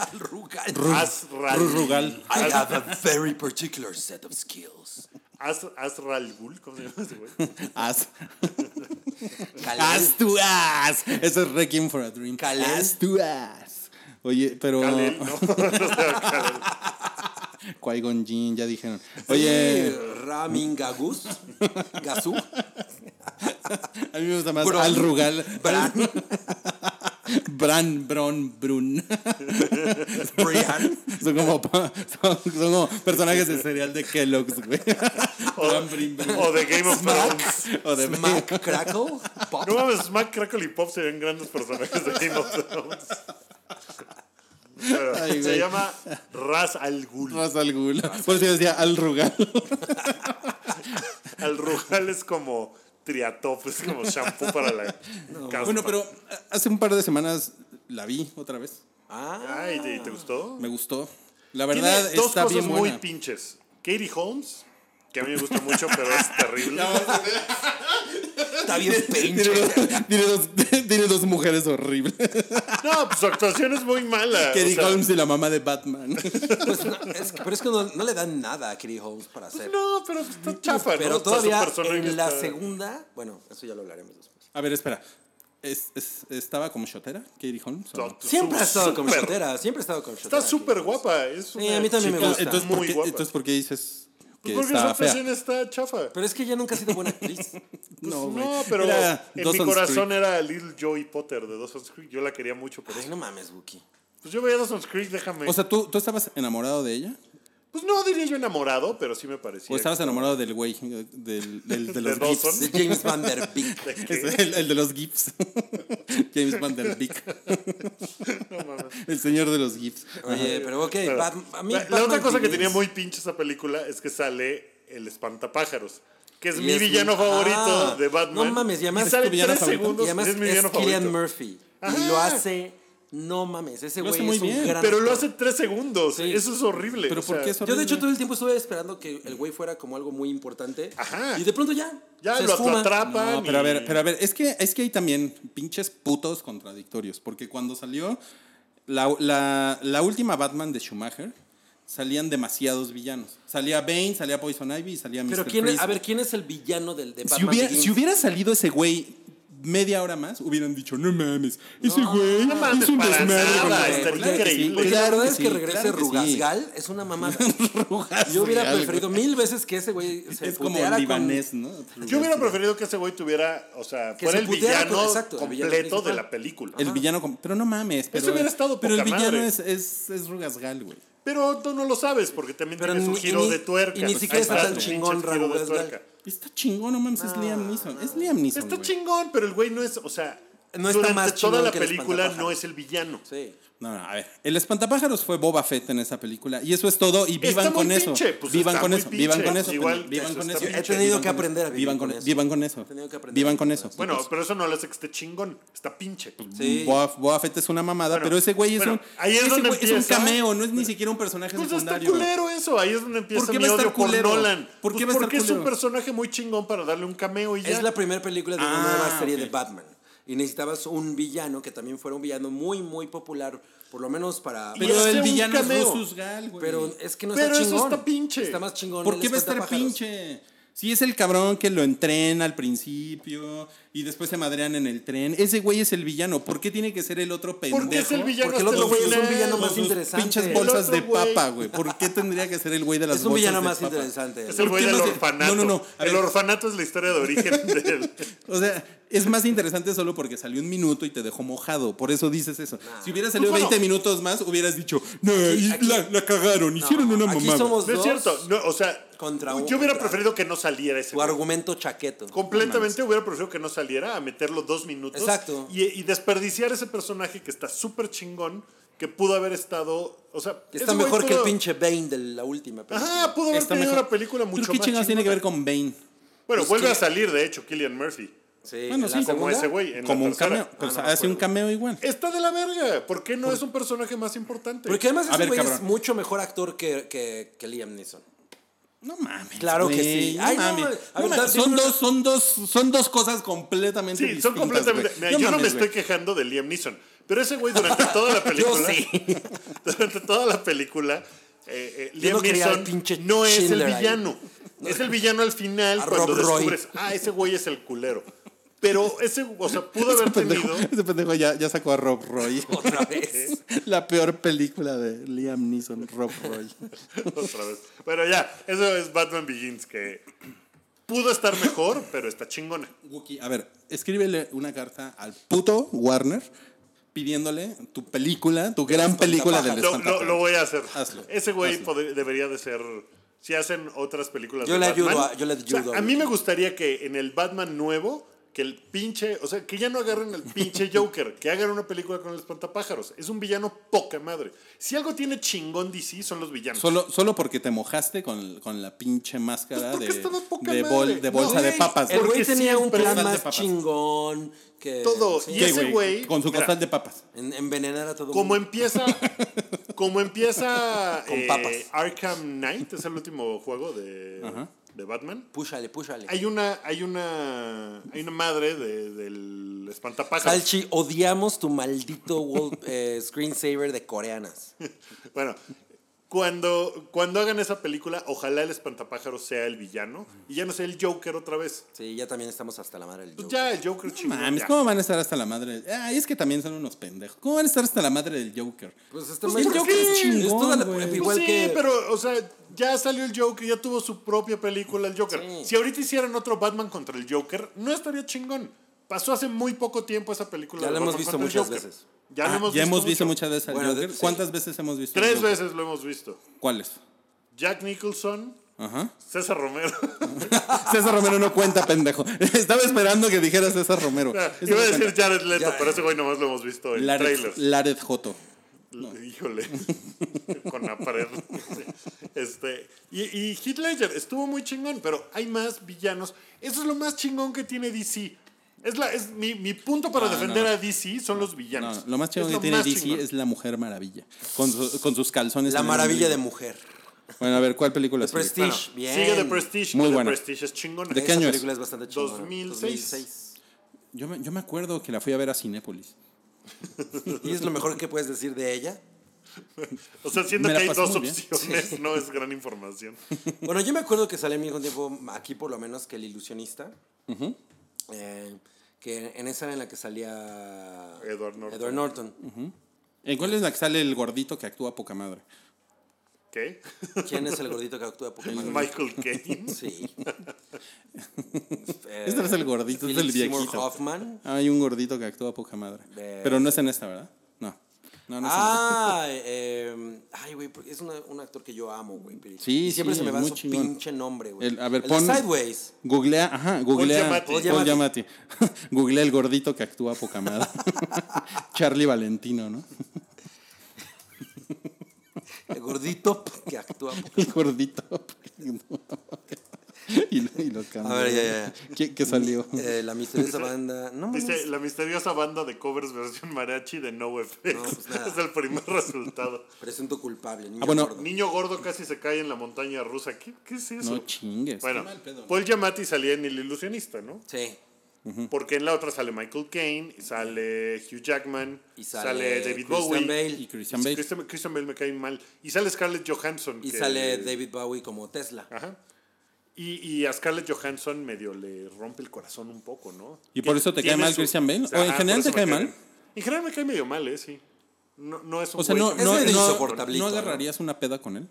Speaker 3: Al Rugal.
Speaker 4: Azrael.
Speaker 2: Rugal.
Speaker 3: I have a very particular set of skills.
Speaker 4: Az- Azrael Ghul, ¿cómo se llama ese güey?
Speaker 2: As.
Speaker 3: Kal-El.
Speaker 2: As to as. Eso es Requiem for a Dream.
Speaker 3: Kal-El.
Speaker 2: As to as. Oye, pero.
Speaker 4: Kal-El, ¿no?
Speaker 2: Qui-Gon Jinn, ya dijeron. Oye,
Speaker 3: Sí, Ramin Gagus. Gazú.
Speaker 2: a mí me gusta más
Speaker 3: Bron.
Speaker 2: Al Rugal.
Speaker 3: Bran.
Speaker 2: Bran, Bron, Brun.
Speaker 3: Brian.
Speaker 2: Son como, pa- son, son como personajes de cereal de Kellogg's, güey.
Speaker 4: O,
Speaker 2: Bran, Brin, Brun.
Speaker 4: o de Game of Thrones.
Speaker 2: O de
Speaker 3: Smack Crackle. Pop.
Speaker 4: No mames, Mac Crackle y Pop serían grandes personajes de Game of Thrones. Pero
Speaker 2: Ay,
Speaker 4: se
Speaker 2: güey.
Speaker 4: llama Ras Al Ghul.
Speaker 2: Ras al Ghul.
Speaker 4: Ah,
Speaker 2: Por eso yo decía Al Rugal.
Speaker 4: Al Rujal es como triatop, es como shampoo para la caspa.
Speaker 2: Bueno, pero eh, hace un par de semanas la vi otra vez.
Speaker 3: Ah,
Speaker 4: Ay, ¿te, te gustó?
Speaker 2: Me gustó. La
Speaker 4: Tiene
Speaker 2: verdad
Speaker 4: dos
Speaker 2: está
Speaker 4: cosas
Speaker 2: bien
Speaker 4: muy
Speaker 2: buena.
Speaker 4: pinches. Katie Holmes, que a mí me gusta mucho, pero es terrible.
Speaker 3: está bien
Speaker 2: Tiene
Speaker 3: pinche.
Speaker 2: dos, tiene dos- tiene dos mujeres horribles.
Speaker 4: No, pues su actuación es muy mala. o
Speaker 2: Katie
Speaker 4: sea,
Speaker 2: Holmes y la mamá de Batman.
Speaker 3: Pues no, es que- pero es que no, no le dan nada a Kitty Holmes para hacer.
Speaker 4: Pues No, pero está chafa,
Speaker 3: pero
Speaker 4: ¿no? Está su
Speaker 3: todavía
Speaker 4: personaje
Speaker 3: en la
Speaker 4: está-
Speaker 3: segunda. Bueno, eso ya lo hablaremos después.
Speaker 2: A ver, espera. Es- es- ¿Estaba como shotera Katie Holmes? ¿o no?
Speaker 4: Está
Speaker 3: Siempre ha estado con
Speaker 4: súper-
Speaker 3: chotera. Siempre ha estado con chotera.
Speaker 4: Está súper guapa. Es
Speaker 3: a
Speaker 4: una
Speaker 3: mí también me
Speaker 4: chica
Speaker 3: gusta.
Speaker 2: Ah, Entonces, ¿por
Speaker 4: muy
Speaker 2: qué,
Speaker 4: guapa. Pues
Speaker 2: entonces, ¿por qué dices que
Speaker 4: Porque su
Speaker 2: está fea?
Speaker 4: actuación está chafa.
Speaker 3: Pero es que ella nunca ha sido buena actriz. Pues,
Speaker 2: No, güey.
Speaker 4: pues, No, pero
Speaker 2: Era
Speaker 4: en mi
Speaker 2: Dawson's
Speaker 4: corazón
Speaker 2: Creek.
Speaker 4: era Little Joey Potter de Dawson's Creek. Yo la quería mucho por
Speaker 3: Ay,
Speaker 4: eso.
Speaker 3: no mames, Wookie.
Speaker 4: Pues yo veía Dawson's Creek, déjame.
Speaker 2: O sea, ¿tú, ¿tú estabas enamorado de ella?
Speaker 4: pues no diría yo enamorado, pero sí me parecía.
Speaker 2: ¿O estabas enamorado del güey? Del, del- de los
Speaker 4: ¿De Dawson?
Speaker 2: Gibbs.
Speaker 3: De James Van Der Beek.
Speaker 4: ¿De qué?
Speaker 2: Es el, el de los GIFs. James Van Der Beek. el señor de los GIFs.
Speaker 3: Oye, pero ok,
Speaker 4: Pero-
Speaker 3: Bat- a mí
Speaker 4: la, la
Speaker 3: Batman
Speaker 4: otra cosa que
Speaker 3: Begins-
Speaker 4: tenía muy pinche esa película es que sale el espantapájaros, que es
Speaker 3: Y
Speaker 4: mi
Speaker 3: es
Speaker 4: villano
Speaker 3: mi-
Speaker 4: favorito
Speaker 3: Ah,
Speaker 4: de Batman.
Speaker 3: no mames, y además
Speaker 4: Y
Speaker 3: es
Speaker 4: sale
Speaker 2: tu villano
Speaker 4: tres
Speaker 2: favorito.
Speaker 4: segundos
Speaker 3: Y además
Speaker 4: y es mi villano
Speaker 3: es Killian
Speaker 4: favorito.
Speaker 3: Murphy.
Speaker 4: Ajá.
Speaker 3: Y lo hace. No mames, ese
Speaker 2: Lo
Speaker 3: güey
Speaker 2: hace
Speaker 3: es
Speaker 2: muy
Speaker 3: un
Speaker 2: bien.
Speaker 3: gran
Speaker 4: Pero lo
Speaker 3: actor.
Speaker 4: hace tres segundos.
Speaker 3: Sí.
Speaker 4: Eso es horrible.
Speaker 2: Pero
Speaker 4: o
Speaker 2: ¿por
Speaker 4: sea,
Speaker 2: qué es
Speaker 3: Yo de hecho
Speaker 2: horrible?
Speaker 3: todo el tiempo estuve esperando que el güey fuera como algo muy importante.
Speaker 4: Ajá.
Speaker 3: Y de pronto ya.
Speaker 4: Ya
Speaker 3: se
Speaker 4: lo
Speaker 3: esfuma.
Speaker 4: atrapan.
Speaker 2: No, pero a
Speaker 4: y-
Speaker 2: ver, pero a ver, es que, es que hay también pinches putos contradictorios, porque cuando salió la, la- la última Batman de Schumacher, salían demasiados villanos. Salía Bane, salía Poison Ivy y salía Mr.
Speaker 3: Pero quién,
Speaker 2: Freeze,
Speaker 3: a ver,
Speaker 2: güey.
Speaker 3: ¿quién es el villano del de Batman?
Speaker 2: si hubiera,
Speaker 3: Begins?
Speaker 2: si hubiera salido ese güey media hora más, hubieran dicho, no mames, ese güey
Speaker 4: no mames,
Speaker 2: es un
Speaker 4: para
Speaker 2: desmadre.
Speaker 4: nada,
Speaker 2: con el
Speaker 4: está
Speaker 2: Batman". Claro que
Speaker 4: increíble.
Speaker 2: sí,
Speaker 3: Porque la
Speaker 2: claro
Speaker 3: verdad
Speaker 2: que
Speaker 3: es que
Speaker 2: sí,
Speaker 3: regrese
Speaker 2: claro que sí.
Speaker 3: Rugasgal es una mamada.
Speaker 2: Rugas,
Speaker 3: Yo hubiera
Speaker 2: real,
Speaker 3: preferido
Speaker 2: güey.
Speaker 3: mil veces que ese güey se
Speaker 2: Es como
Speaker 3: puteara con-
Speaker 2: libanés, ¿no?
Speaker 4: Yo hubiera preferido que ese güey tuviera, o sea,
Speaker 3: Que
Speaker 4: fuera
Speaker 3: se
Speaker 4: el
Speaker 3: puteara con-
Speaker 4: villano
Speaker 3: exacto, el villano
Speaker 4: completo de
Speaker 3: principal.
Speaker 4: la película.
Speaker 2: El villano, con- pero no mames. Pero,
Speaker 4: hubiera estado
Speaker 2: Pero el
Speaker 4: poca
Speaker 2: villano
Speaker 4: madre.
Speaker 2: es, es, es Rugasgal, güey.
Speaker 4: Pero tú no lo sabes porque también
Speaker 3: Pero
Speaker 4: tiene su
Speaker 3: ni-
Speaker 4: giro
Speaker 3: ni-
Speaker 4: de tuerca.
Speaker 3: y ni
Speaker 4: Ahí
Speaker 3: siquiera está
Speaker 4: está
Speaker 3: tan
Speaker 4: tu
Speaker 3: chingón
Speaker 4: pinche giro de
Speaker 3: Raúl Gasbal.
Speaker 4: tuerca.
Speaker 2: Está chingón, no mames, es Liam Neeson. Es Liam Neeson.
Speaker 4: Está
Speaker 2: güey.
Speaker 4: chingón, pero el güey no es, o sea,
Speaker 3: No está
Speaker 4: durante
Speaker 3: más
Speaker 4: toda
Speaker 3: chingón
Speaker 4: la
Speaker 3: que el
Speaker 4: película no
Speaker 3: espantapájaros.
Speaker 4: es el villano.
Speaker 3: Sí.
Speaker 2: No, no, a ver. El espantapájaros fue Boba Fett en esa película. Y eso es todo. Y vivan
Speaker 4: Está muy
Speaker 2: con eso.
Speaker 4: pinche, pues
Speaker 2: vivan
Speaker 4: está
Speaker 2: con
Speaker 4: muy
Speaker 2: eso. Vivan
Speaker 4: pinche.
Speaker 2: con eso.
Speaker 4: Igual
Speaker 2: pendejo, vivan
Speaker 4: eso
Speaker 2: con
Speaker 4: está
Speaker 2: eso.
Speaker 4: pinche. He
Speaker 3: tenido
Speaker 2: vivan
Speaker 3: que
Speaker 2: con-
Speaker 3: aprender a vivir
Speaker 2: vivan
Speaker 3: con
Speaker 2: con
Speaker 3: eso.
Speaker 2: Vivan con eso.
Speaker 3: He tenido que aprender
Speaker 2: Vivan
Speaker 3: a
Speaker 2: con
Speaker 3: vivir
Speaker 2: eso.
Speaker 3: con
Speaker 4: Bueno,
Speaker 2: putos.
Speaker 4: pero eso no lo hace que esté chingón, está pinche.
Speaker 3: Pues- Sí.
Speaker 2: Boba, Boba Fett es una mamada,
Speaker 4: Bueno,
Speaker 2: pero ese güey es
Speaker 4: bueno,
Speaker 2: un.
Speaker 4: ahí es
Speaker 2: ese
Speaker 4: donde
Speaker 2: güey un
Speaker 4: empieza.
Speaker 2: cameo, no es ni siquiera un personaje
Speaker 4: Pues está
Speaker 2: secundario.
Speaker 4: culero eso, ahí es donde empieza
Speaker 2: ¿Por qué
Speaker 4: mi
Speaker 2: va a estar
Speaker 4: odio por
Speaker 2: culero?
Speaker 4: Nolan.
Speaker 2: ¿Por
Speaker 4: Pues
Speaker 2: qué va a estar
Speaker 4: porque es un
Speaker 2: culero?
Speaker 4: personaje muy chingón para darle un cameo y ya.
Speaker 3: Es la primera película de una
Speaker 2: Ah,
Speaker 3: nueva serie de
Speaker 2: ok.
Speaker 3: Batman. Y necesitabas un villano que también fuera un villano muy, muy popular, por lo menos para...
Speaker 4: Y
Speaker 2: Pero
Speaker 4: hace
Speaker 2: el
Speaker 4: un
Speaker 2: villano es
Speaker 4: cameo.
Speaker 2: Rususgal, güey.
Speaker 3: Pero es que no
Speaker 4: Pero
Speaker 3: está
Speaker 4: eso
Speaker 3: chingón.
Speaker 4: está pinche.
Speaker 3: Está más chingón.
Speaker 2: ¿Por
Speaker 3: el
Speaker 2: qué va a estar
Speaker 3: espantapájaros.
Speaker 2: pinche? Si es el cabrón que lo entrena al principio y después se madrean en el tren. Ese güey es el villano. ¿Por qué tiene que ser el otro pendejo?
Speaker 4: Porque es el villano
Speaker 3: Porque el
Speaker 4: hasta
Speaker 3: otro güey
Speaker 4: el
Speaker 3: es un
Speaker 4: final.
Speaker 3: villano más
Speaker 2: Con sus
Speaker 3: interesante.
Speaker 2: pinches
Speaker 4: El
Speaker 2: bolsas
Speaker 4: otro
Speaker 2: de
Speaker 4: güey.
Speaker 2: papa, güey. ¿Por qué tendría que ser el güey de las
Speaker 3: Es un
Speaker 2: bolsas
Speaker 3: villano
Speaker 2: de
Speaker 3: más
Speaker 2: papa?
Speaker 3: interesante.
Speaker 4: Es el
Speaker 2: ¿Por
Speaker 4: güey
Speaker 2: qué
Speaker 4: del
Speaker 2: no se-
Speaker 4: orfanato.
Speaker 2: No, no, no. A
Speaker 4: El
Speaker 2: ver.
Speaker 4: orfanato es la historia de origen del.
Speaker 2: O sea, es más interesante solo porque salió un minuto y te dejó mojado. Por eso dices eso. Si hubiera salido
Speaker 4: Pues bueno.
Speaker 2: 20 minutos más, hubieras dicho, no, y
Speaker 3: aquí-
Speaker 2: la, la cagaron, hicieron
Speaker 3: No,
Speaker 2: una
Speaker 3: aquí
Speaker 2: mamada.
Speaker 3: somos
Speaker 4: No es
Speaker 3: dos.
Speaker 4: cierto, no, o sea,
Speaker 3: Contra
Speaker 4: yo
Speaker 3: un-
Speaker 4: hubiera
Speaker 3: contra-
Speaker 4: preferido que no saliera ese
Speaker 3: Tu
Speaker 4: güey.
Speaker 3: argumento chaqueto.
Speaker 4: Completamente hubiera preferido que no saliera a meterlo dos minutos.
Speaker 3: Exacto.
Speaker 4: Y, y desperdiciar ese personaje que está súper chingón, que pudo haber estado. O sea,
Speaker 3: Que está
Speaker 4: ese güey
Speaker 3: mejor que el
Speaker 4: pudo-
Speaker 3: pinche Bane de la última película.
Speaker 4: Ajá, pudo haber
Speaker 2: Está
Speaker 4: tenido
Speaker 2: mejor.
Speaker 4: una película
Speaker 2: ¿Pero
Speaker 4: mucho
Speaker 2: ¿Qué
Speaker 4: más.
Speaker 2: chingados tiene que
Speaker 4: chingona.
Speaker 2: ver con Bane?
Speaker 4: Bueno,
Speaker 3: Pues
Speaker 4: vuelve
Speaker 3: que-
Speaker 4: a salir, de hecho, Killian Murphy.
Speaker 3: Sí,
Speaker 2: Bueno,
Speaker 3: en
Speaker 2: sí,
Speaker 3: la
Speaker 4: Eh, Como
Speaker 3: segunda.
Speaker 4: ese güey. en la
Speaker 2: Como un
Speaker 4: tercera.
Speaker 2: cameo. Pero
Speaker 3: Ah, no me
Speaker 2: hace un
Speaker 3: acuerdo.
Speaker 2: cameo igual.
Speaker 4: Está de la verga. ¿Por qué no es un personaje más importante?
Speaker 3: Porque además
Speaker 2: A
Speaker 3: ese
Speaker 2: ver,
Speaker 3: güey es
Speaker 2: cabrón.
Speaker 3: mucho mejor actor que, que, que Liam Neeson.
Speaker 2: No mames.
Speaker 3: Claro que
Speaker 2: güey,
Speaker 3: sí.
Speaker 2: No
Speaker 3: Ay, no,
Speaker 2: mames.
Speaker 3: a ver,
Speaker 2: No mames,
Speaker 3: Darth
Speaker 2: son,
Speaker 3: Vader-
Speaker 2: dos, son, dos, son dos cosas completamente
Speaker 4: Sí,
Speaker 2: distintas.
Speaker 4: son completamente.
Speaker 2: güey.
Speaker 4: Mira, yo no me
Speaker 2: mames,
Speaker 4: estoy
Speaker 2: güey.
Speaker 4: quejando de Liam Neeson, pero ese güey durante toda la película.
Speaker 3: sí.
Speaker 4: Durante toda la película, eh, eh,
Speaker 3: Yo
Speaker 4: Liam
Speaker 3: no quería al pinche
Speaker 4: Neeson no es el
Speaker 3: Schindler ahí.
Speaker 4: villano. Es el villano al final
Speaker 3: A
Speaker 4: cuando
Speaker 3: Rob Roy.
Speaker 4: descubres, ah, ese güey es el culero. Pero ese, o sea, pudo haber
Speaker 2: Este Pendejo,
Speaker 4: tenido.
Speaker 2: ese pendejo ya, ya sacó a Rob Roy.
Speaker 3: Otra vez.
Speaker 2: La peor película de Liam Neeson, Rob Roy.
Speaker 4: Otra vez. Bueno, ya, eso es Batman Begins, que pudo estar mejor, pero está chingona.
Speaker 2: Wookie, a ver, escríbele una carta al puto Warner pidiéndole tu película, tu gran película del
Speaker 4: Lo,
Speaker 2: estandarte.
Speaker 4: lo- lo voy a hacer.
Speaker 2: Hazlo,
Speaker 4: Ese güey
Speaker 2: hazlo.
Speaker 4: podri- debería de ser. Si hacen otras películas
Speaker 3: Yo
Speaker 4: de
Speaker 3: le ayudo
Speaker 4: Batman,
Speaker 3: a- yo le
Speaker 4: o sea,
Speaker 3: ayudo,
Speaker 4: a mí
Speaker 3: güey.
Speaker 4: me gustaría que en el Batman nuevo, que el pinche. O sea, que ya no agarren el pinche Joker, que hagan una película con el espantapájaros. Es un villano poca madre. Si algo tiene chingón DC, son los villanos.
Speaker 2: Solo, solo porque te mojaste con, con la pinche máscara
Speaker 4: Pues porque
Speaker 2: de,
Speaker 4: estaba poca
Speaker 2: de,
Speaker 4: madre.
Speaker 2: bol- de
Speaker 4: No,
Speaker 2: bolsa de
Speaker 4: güey,
Speaker 2: papas. güey.
Speaker 3: El güey
Speaker 4: Porque
Speaker 3: tenía un
Speaker 4: siempre
Speaker 3: plan
Speaker 2: están de
Speaker 3: más
Speaker 2: papas.
Speaker 3: chingón. Que,
Speaker 4: Todo.
Speaker 3: sí,
Speaker 4: Y ese
Speaker 2: Sí,
Speaker 4: güey.
Speaker 2: Con su
Speaker 4: mira,
Speaker 2: costal de papas.
Speaker 3: en- envenenar a todo el
Speaker 4: Como
Speaker 3: mundo.
Speaker 4: empieza. Como empieza
Speaker 3: Con
Speaker 4: eh,
Speaker 3: papas.
Speaker 4: Arkham Knight, es el último juego de, de Batman.
Speaker 3: Púchale, púchale.
Speaker 4: Hay una, hay una, hay una madre de- del espantapájaros.
Speaker 3: Salchi, odiamos tu maldito wall- eh, screensaver de coreanas.
Speaker 4: Bueno, cuando, cuando hagan esa película, ojalá el espantapájaros sea el villano y ya no sea el Joker otra vez.
Speaker 3: Sí, ya también estamos hasta la madre del
Speaker 4: Pues
Speaker 3: Joker.
Speaker 4: ya, el Joker chingón,
Speaker 2: Mames,
Speaker 4: ya.
Speaker 2: ¿cómo van a estar hasta la madre? del- Ay, es que también son unos pendejos. ¿Cómo van a estar hasta la madre del Joker?
Speaker 3: Pues este
Speaker 2: Pues
Speaker 3: maestro-
Speaker 2: el Joker es chingón,
Speaker 3: toda la-
Speaker 2: güey.
Speaker 3: igual
Speaker 4: Pues sí,
Speaker 3: que
Speaker 4: pero, o sea, ya salió el Joker, ya tuvo su propia película el Joker.
Speaker 3: Sí.
Speaker 4: Si ahorita hicieran otro Batman contra el Joker, no estaría chingón. Pasó hace muy poco tiempo esa película.
Speaker 3: Ya
Speaker 4: de
Speaker 3: la hemos
Speaker 4: Batman
Speaker 3: visto
Speaker 4: contra el
Speaker 3: muchas
Speaker 4: Joker.
Speaker 3: veces.
Speaker 4: Ya la
Speaker 2: Ah,
Speaker 4: hemos
Speaker 2: ya
Speaker 4: visto
Speaker 2: hemos visto
Speaker 4: mucho.
Speaker 2: muchas veces al
Speaker 3: Bueno, de-
Speaker 2: Joker.
Speaker 3: sí.
Speaker 2: ¿Cuántas veces hemos visto? al
Speaker 4: Tres
Speaker 2: Joker?
Speaker 4: veces lo hemos visto.
Speaker 2: ¿Cuáles?
Speaker 4: Jack Nicholson,
Speaker 2: Ajá.
Speaker 4: César Romero.
Speaker 2: César Romero no cuenta, pendejo. Estaba esperando que dijera César Romero. Eso
Speaker 4: Iba a
Speaker 2: no
Speaker 4: decir
Speaker 2: cuenta.
Speaker 4: Jared Leto,
Speaker 3: Ya.
Speaker 4: pero ese güey nomás lo hemos visto en
Speaker 2: Lared,
Speaker 4: trailers.
Speaker 2: Lared Joto.
Speaker 4: Híjole. Con la pared. Este, y, y Heath Ledger estuvo muy chingón, pero hay más villanos. Eso es lo más chingón que tiene DC. Es, la, es mi, mi punto para
Speaker 2: Ah,
Speaker 4: defender
Speaker 2: no.
Speaker 4: a DC son los
Speaker 2: No,
Speaker 4: villanos.
Speaker 2: no, lo más chido
Speaker 4: Es
Speaker 2: que
Speaker 4: lo
Speaker 2: tiene
Speaker 4: más
Speaker 2: DC
Speaker 4: chingón.
Speaker 2: es la Mujer Maravilla. Con, su- con sus calzones.
Speaker 3: la
Speaker 2: en el
Speaker 3: maravilla de
Speaker 2: ombligo.
Speaker 3: mujer.
Speaker 2: Bueno, a ver, ¿cuál película sigue?
Speaker 3: Prestige, bien.
Speaker 4: Sigue The Prestige.
Speaker 2: Muy
Speaker 4: que
Speaker 2: buena.
Speaker 4: The Prestige es chingón.
Speaker 2: ¿De qué
Speaker 3: Esa
Speaker 2: año es?
Speaker 3: película es bastante chingona.
Speaker 4: 2006.
Speaker 3: 2006.
Speaker 2: Yo me, yo me acuerdo que la fui a ver a Cinépolis.
Speaker 3: ¿Y es lo mejor que puedes decir de ella?
Speaker 4: O sea, siendo
Speaker 2: Me la
Speaker 4: que hay
Speaker 2: pasé
Speaker 4: dos
Speaker 2: muy bien.
Speaker 4: opciones, no es gran información.
Speaker 3: Bueno, yo me acuerdo que salió en mi hijo un tiempo, aquí por lo menos, que El Ilusionista. Eh, que en esa era en la que salía
Speaker 4: Edward Norton.
Speaker 3: Edward Norton.
Speaker 2: ¿En cuál es la que sale el gordito que actúa poca madre?
Speaker 4: ¿Qué?
Speaker 3: ¿Quién es el gordito que actúa poco más?
Speaker 4: Michael Caine.
Speaker 3: Sí. Eh,
Speaker 2: Este no es el gordito, este es el
Speaker 3: Philip Seymour
Speaker 2: viejito.
Speaker 3: Hoffman.
Speaker 2: Ah, Hay un gordito que actúa poca madre.
Speaker 3: Ve-
Speaker 2: Pero no es en esta, ¿verdad? No. No, no es en esta.
Speaker 3: Ah, eh, ay, güey, porque es una- un actor que yo amo, güey. pero-
Speaker 2: Sí,
Speaker 3: y siempre
Speaker 2: sí,
Speaker 3: se me va
Speaker 2: muy
Speaker 3: su
Speaker 2: chingón.
Speaker 3: pinche nombre, güey.
Speaker 2: El- a ver,
Speaker 3: de
Speaker 2: pon-
Speaker 3: Sideways.
Speaker 2: Googlea, ajá, googlea
Speaker 4: Giamatti.
Speaker 2: Paul
Speaker 3: Paul
Speaker 2: Giamatti. googlea el gordito que actúa poca madre. Charlie Valentino, ¿no?
Speaker 3: El gordito que actúa. poco.
Speaker 2: El gordito. y, lo- y lo cambia.
Speaker 3: A ver, ya, ya, ya.
Speaker 2: ¿Qué, qué salió?
Speaker 3: Eh, la misteriosa banda. No, mames.
Speaker 4: Dice la misteriosa banda de covers versión mariachi de No Effects.
Speaker 3: No, pues nada.
Speaker 4: es el primer resultado.
Speaker 3: Presunto culpable. niño
Speaker 2: Ah, bueno.
Speaker 3: gordo.
Speaker 4: Niño gordo casi se cae en la montaña rusa. ¿Qué, qué es eso?
Speaker 2: no chingues.
Speaker 4: bueno, Paul Giamatti salía en El Ilusionista, ¿no?
Speaker 3: Sí.
Speaker 4: Porque en la otra sale Michael Caine, y sale Hugh Jackman,
Speaker 3: Y
Speaker 4: sale,
Speaker 3: sale,
Speaker 4: David
Speaker 3: Christian
Speaker 4: Bowie.
Speaker 2: Y
Speaker 3: Bale.
Speaker 2: Christian Bale.
Speaker 4: Christian, Christian Bale me cae mal. Y sale Scarlett Johansson.
Speaker 3: Y
Speaker 4: que-
Speaker 3: sale David Bowie como Tesla.
Speaker 4: Ajá. Y, y a Scarlett Johansson medio le rompe el corazón un poco, ¿no?
Speaker 2: ¿Y por eso te cae
Speaker 4: Tiene
Speaker 2: mal Christian Bale? ¿O en
Speaker 4: Ajá,
Speaker 2: general
Speaker 4: por eso
Speaker 2: te cae
Speaker 4: me
Speaker 2: mal?
Speaker 4: En general me cae medio mal, ¿eh? Sí. No, no es un
Speaker 2: O sea,
Speaker 4: güey
Speaker 2: no,
Speaker 4: que me
Speaker 2: no,
Speaker 4: caiga
Speaker 3: medio
Speaker 2: no-
Speaker 4: mal.
Speaker 3: insoportablito,
Speaker 2: ¿no agarrarías una peda con él.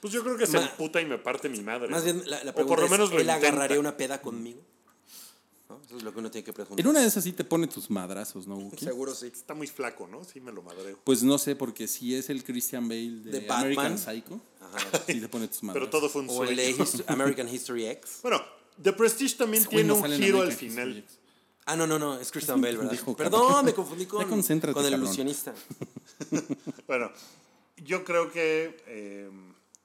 Speaker 4: Pues yo creo que se
Speaker 3: Ma-
Speaker 4: emputa y me parte mi madre.
Speaker 3: Más
Speaker 4: ¿no?
Speaker 3: bien, la, la
Speaker 4: O
Speaker 3: pregunta
Speaker 4: por lo
Speaker 3: es,
Speaker 4: menos lo
Speaker 3: ¿él agarraría
Speaker 4: intenta.
Speaker 3: una peda conmigo? ¿No? Eso es lo que uno tiene que preguntar.
Speaker 2: En una de esas sí te pone tus madrazos, ¿no, Wookie?
Speaker 3: Seguro sí.
Speaker 4: Está muy flaco, ¿no? Sí, me lo madreo.
Speaker 2: Pues no sé, porque si es el Christian Bale de,
Speaker 3: De
Speaker 2: American
Speaker 3: Batman.
Speaker 2: Psycho,
Speaker 3: Ajá.
Speaker 2: sí te pone tus madrazos.
Speaker 4: Pero todo fue un
Speaker 3: O el
Speaker 4: sueño.
Speaker 3: de Histo- American History X.
Speaker 4: Bueno, The Prestige también
Speaker 2: Ese güey
Speaker 4: tiene
Speaker 2: no
Speaker 4: un
Speaker 2: sale en
Speaker 4: giro al
Speaker 2: American
Speaker 4: final.
Speaker 2: History X.
Speaker 3: Ah, no, no, no, es Christian Bale, ¿verdad?
Speaker 2: Dijo,
Speaker 3: Perdón,
Speaker 2: cabrón.
Speaker 3: me confundí con,
Speaker 2: Ya concéntrate,
Speaker 3: con el
Speaker 2: cabrón.
Speaker 3: ilusionista.
Speaker 4: Bueno, yo creo que eh,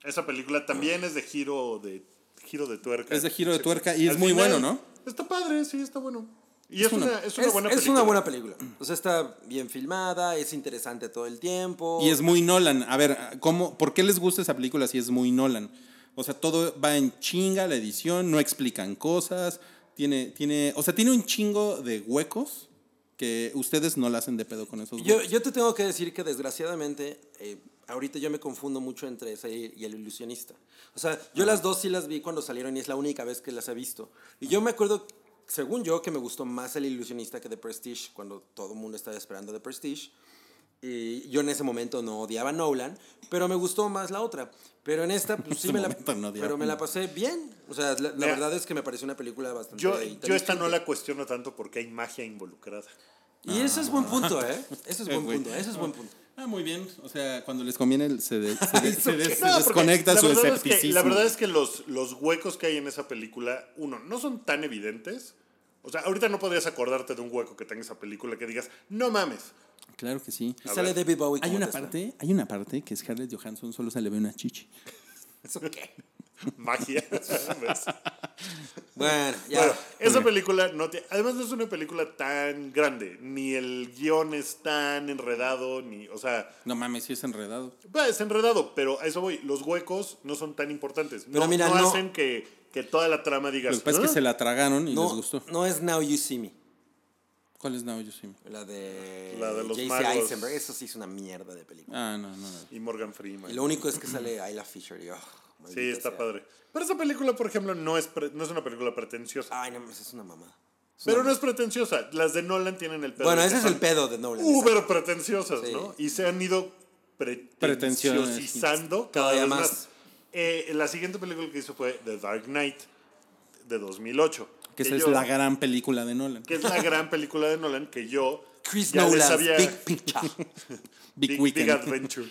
Speaker 4: esa película también es de giro de giro de tuerca.
Speaker 2: Es de giro de tuerca y
Speaker 4: Al
Speaker 2: es muy
Speaker 4: final,
Speaker 2: bueno, ¿no?
Speaker 4: Está padre, sí, está bueno. Y es,
Speaker 2: una-
Speaker 4: una, es una
Speaker 3: es,
Speaker 4: buena
Speaker 3: es
Speaker 4: película.
Speaker 3: una buena película. O sea, está bien filmada, es interesante todo el tiempo.
Speaker 2: Y es muy Nolan. A ver, ¿cómo, ¿por qué les gusta esa película si es muy Nolan? O sea, todo va en chinga la edición, no explican cosas, tiene, tiene, o sea, tiene un chingo de huecos que ustedes no la hacen de pedo con esos
Speaker 3: Yo,
Speaker 2: huecos.
Speaker 3: yo te tengo que decir que desgraciadamente, eh, ahorita yo me confundo mucho entre esa y, y el ilusionista. O sea, yo las dos sí las vi cuando salieron y es la única vez que las he visto. Y yo me acuerdo, según yo, que me gustó más el ilusionista que The Prestige, cuando todo el mundo estaba esperando The Prestige. Y yo en ese momento no odiaba a Nolan, pero me gustó más la otra. Pero en esta, pues, sí
Speaker 2: ese
Speaker 3: me la,
Speaker 2: momento no odiaba
Speaker 3: pero me
Speaker 2: a
Speaker 3: la
Speaker 2: Nolan.
Speaker 3: pasé bien. O sea, la, la
Speaker 4: Mira,
Speaker 3: verdad es que me pareció una película bastante
Speaker 4: Yo, yo esta no
Speaker 3: inteligente.
Speaker 4: la cuestiono tanto porque hay magia involucrada.
Speaker 3: Y ese es buen punto, ¿eh? Ese es
Speaker 2: Eh,
Speaker 3: buen
Speaker 2: güey.
Speaker 3: punto, ese es buen punto.
Speaker 2: Ah, muy bien. O sea, cuando les conviene se, de- se de- se de- se
Speaker 4: No, porque
Speaker 2: desconecta
Speaker 4: la
Speaker 2: su
Speaker 4: verdad es que-
Speaker 2: escepticismo.
Speaker 4: la verdad es que los, los huecos que hay en esa película, uno, no son tan evidentes. O sea, ahorita no podrías acordarte de un hueco que tenga esa película que digas, no mames.
Speaker 2: Claro que sí.
Speaker 4: A
Speaker 3: sale
Speaker 4: ver.
Speaker 3: David Bowie.
Speaker 2: Hay
Speaker 3: como
Speaker 2: una
Speaker 3: Tesla.
Speaker 2: parte, hay una parte que Scarlett Johansson solo se le ve una chichi.
Speaker 3: ¿Eso qué?
Speaker 4: Magia. ¿sabes?
Speaker 3: Bueno, ya.
Speaker 4: Bueno, esa película no te- Además, no es una película tan grande. Ni el guión es tan enredado, ni. O sea,
Speaker 2: No mames, sí es enredado.
Speaker 4: va, es enredado, pero a eso voy. Los huecos no son tan importantes.
Speaker 3: Pero
Speaker 4: no,
Speaker 3: mira,
Speaker 4: no
Speaker 3: no-
Speaker 4: hacen que, que toda la trama
Speaker 2: Lo
Speaker 4: digas.
Speaker 2: que pasa es
Speaker 4: "¿Ah?".
Speaker 2: que se la tragaron y les
Speaker 3: no,
Speaker 2: gustó.
Speaker 3: no es Now You See Me.
Speaker 2: ¿Cuál es Now You See Me?
Speaker 3: La de,
Speaker 4: La de los
Speaker 3: J.C.
Speaker 4: magos.
Speaker 3: Eisenberg. Eso sí es una mierda de película.
Speaker 2: Ah, no, no. no.
Speaker 4: Y Morgan
Speaker 3: Y
Speaker 4: Freeman.
Speaker 3: lo único es que sale Ayla Fisher. Y, oh, maldita
Speaker 4: Sí, está
Speaker 3: sea.
Speaker 4: padre. Pero esa película, por ejemplo, no es, pre- no es una película pretenciosa.
Speaker 3: Ay, no, mames, es una mamada. Es
Speaker 4: pero
Speaker 3: una
Speaker 4: no es pretenciosa. Las de Nolan tienen el pedo.
Speaker 3: Bueno,
Speaker 4: de
Speaker 3: ese
Speaker 4: que
Speaker 3: es el
Speaker 4: son
Speaker 3: pedo de Nolan.
Speaker 4: Uber
Speaker 3: exacto.
Speaker 4: pretenciosas,
Speaker 3: Sí.
Speaker 4: ¿no? Y se han ido pretenciosizando cada
Speaker 3: Todavía
Speaker 4: vez
Speaker 3: más.
Speaker 4: más. Eh, la siguiente película que hizo fue The Dark Knight de 2008.
Speaker 2: Que esa es
Speaker 4: yo-
Speaker 2: la gran película de Nolan.
Speaker 4: que es la gran película de Nolan que yo
Speaker 3: Chris
Speaker 4: ya les
Speaker 3: Nolan's
Speaker 4: había-
Speaker 3: Big Picture.
Speaker 2: Big,
Speaker 4: Big,
Speaker 2: Weekend.
Speaker 4: Big Adventure.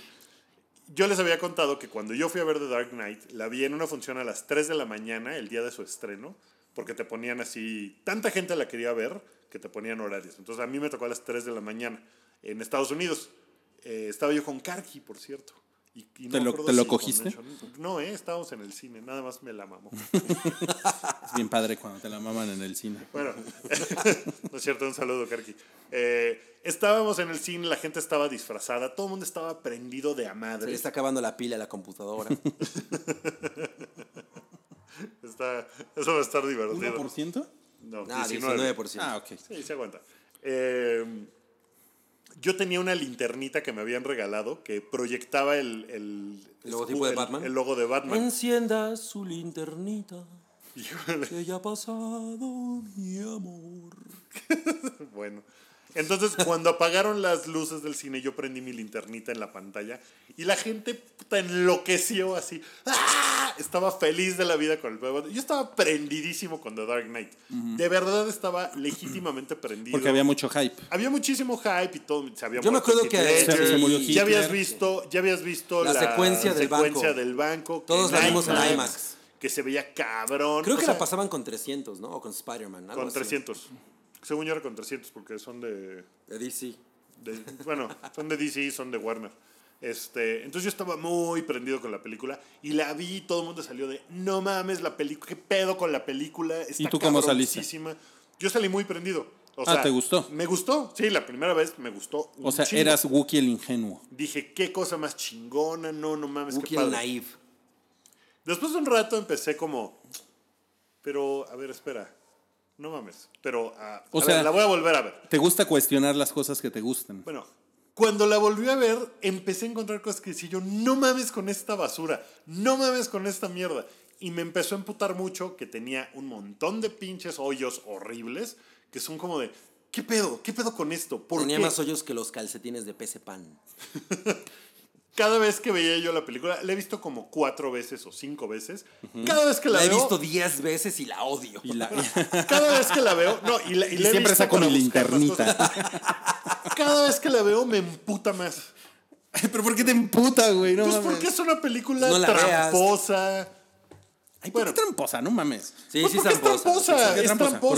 Speaker 4: Yo les había contado que cuando yo fui a ver The Dark Knight, la vi en una función a las 3 de la mañana, el día de su estreno, porque te ponían así, tanta gente la quería ver que te ponían horarios. Entonces a mí me tocó a las 3 de la mañana en Estados Unidos. Eh, estaba yo con Karki, por cierto. Y, y no
Speaker 2: ¿Te
Speaker 4: me
Speaker 2: lo-
Speaker 4: acuerdo
Speaker 2: te lo
Speaker 4: con
Speaker 2: cogiste?
Speaker 4: Nation- No, eh, estábamos en el cine, nada más me la mamó.
Speaker 2: Es bien padre cuando te la maman en el cine.
Speaker 4: Bueno, no es cierto, un saludo, Karki. Eh, estábamos en el cine, la gente estaba disfrazada, todo el mundo estaba prendido de a
Speaker 3: Se
Speaker 4: madre.
Speaker 3: le está acabando la pila a la computadora.
Speaker 4: Está, eso va a estar divertido.
Speaker 2: ¿1%?
Speaker 4: No,
Speaker 3: Nah,
Speaker 4: 19.
Speaker 3: 19%.
Speaker 2: Ah, ok.
Speaker 4: Sí, se aguanta. Eh, yo tenía una linternita que me habían regalado que proyectaba el, el,
Speaker 3: ¿El logotipo de
Speaker 4: el-
Speaker 3: Batman?
Speaker 4: El logo de Batman.
Speaker 3: Encienda su linternita.
Speaker 4: Híjole,
Speaker 3: Que ya ha pasado mi amor.
Speaker 4: bueno. Entonces, cuando apagaron las luces del cine, yo prendí mi linternita en la pantalla y la gente puta, enloqueció así. ¡Ah! Estaba feliz de la vida con el Batman. Yo estaba prendidísimo con The Dark Knight. De verdad estaba legítimamente prendido.
Speaker 2: Porque había mucho hype.
Speaker 4: Había muchísimo hype y todo. Se había
Speaker 3: Yo me
Speaker 4: muerto
Speaker 3: acuerdo
Speaker 4: Heath
Speaker 3: que
Speaker 4: Ledger,
Speaker 2: Se- se murió
Speaker 4: Ya
Speaker 2: Hitler.
Speaker 4: habías visto, ya habías visto
Speaker 3: La secuencia del
Speaker 4: secuencia
Speaker 3: banco.
Speaker 4: del banco, que
Speaker 3: Todos la vimos en IMAX.
Speaker 4: Que se veía cabrón.
Speaker 3: Creo
Speaker 4: O
Speaker 3: que
Speaker 4: sea,
Speaker 3: la pasaban con 300, ¿no? O con Spider-Man. algo
Speaker 4: Con
Speaker 3: así.
Speaker 4: 300. Según yo era con 300, porque son de.
Speaker 3: De DC.
Speaker 4: de- bueno, son de DC, son de Warner. Este, entonces yo estaba muy prendido con la película y la vi y todo el mundo salió de no mames la película, qué pedo con la película. Está
Speaker 2: tú cómo saliste?
Speaker 4: cabroncísima". Yo salí muy prendido. O
Speaker 2: Ah,
Speaker 4: sea,
Speaker 2: ¿te gustó?
Speaker 4: Me gustó, sí, la primera vez me gustó.
Speaker 2: O
Speaker 4: un
Speaker 2: sea,
Speaker 4: chingo.
Speaker 2: eras Wookiee el ingenuo.
Speaker 4: Dije, qué cosa más chingona, no, no mames,
Speaker 3: Wookiee
Speaker 4: qué padre.
Speaker 3: Naive.
Speaker 4: Después de un rato empecé como, pero, a ver, espera, no mames, pero, ah,
Speaker 2: O
Speaker 4: a
Speaker 2: sea-
Speaker 4: ver, la voy a volver a ver.
Speaker 2: Te gusta cuestionar las cosas que te gustan.
Speaker 4: Bueno, cuando la volví a ver, empecé a encontrar cosas que decía yo, no mames con esta basura, no mames con esta mierda. Y me empezó a emputar mucho que tenía un montón de pinches hoyos horribles que son como de, ¿qué pedo? ¿Qué pedo con esto? ¿Por
Speaker 3: Tenía
Speaker 4: qué?
Speaker 3: más hoyos que los calcetines de PC Pan.
Speaker 4: Cada vez que veía yo la película, la he visto como cuatro veces o cinco veces. Cada vez que la,
Speaker 3: La he
Speaker 4: veo,
Speaker 3: visto 10 veces y la odio.
Speaker 2: Y la-
Speaker 4: Cada vez que la veo, no, y, la- y
Speaker 2: y
Speaker 4: la he
Speaker 2: siempre
Speaker 4: visto
Speaker 2: saco mi
Speaker 4: para buscar más cosas.
Speaker 2: linternita.
Speaker 4: Cada vez que la veo me emputa más.
Speaker 2: Pero ¿por qué te emputa, güey? No
Speaker 4: Entonces,
Speaker 2: mames.
Speaker 4: ¿por qué es una película
Speaker 3: No la veas.
Speaker 4: tramposa?
Speaker 2: Ay, ¿por
Speaker 4: Bueno.
Speaker 2: qué tramposa? No mames.
Speaker 3: Sí,
Speaker 4: Pues
Speaker 3: sí,
Speaker 4: porque es tramposa.
Speaker 2: ¿Por qué tramposa? ¿Por
Speaker 4: Es
Speaker 2: qué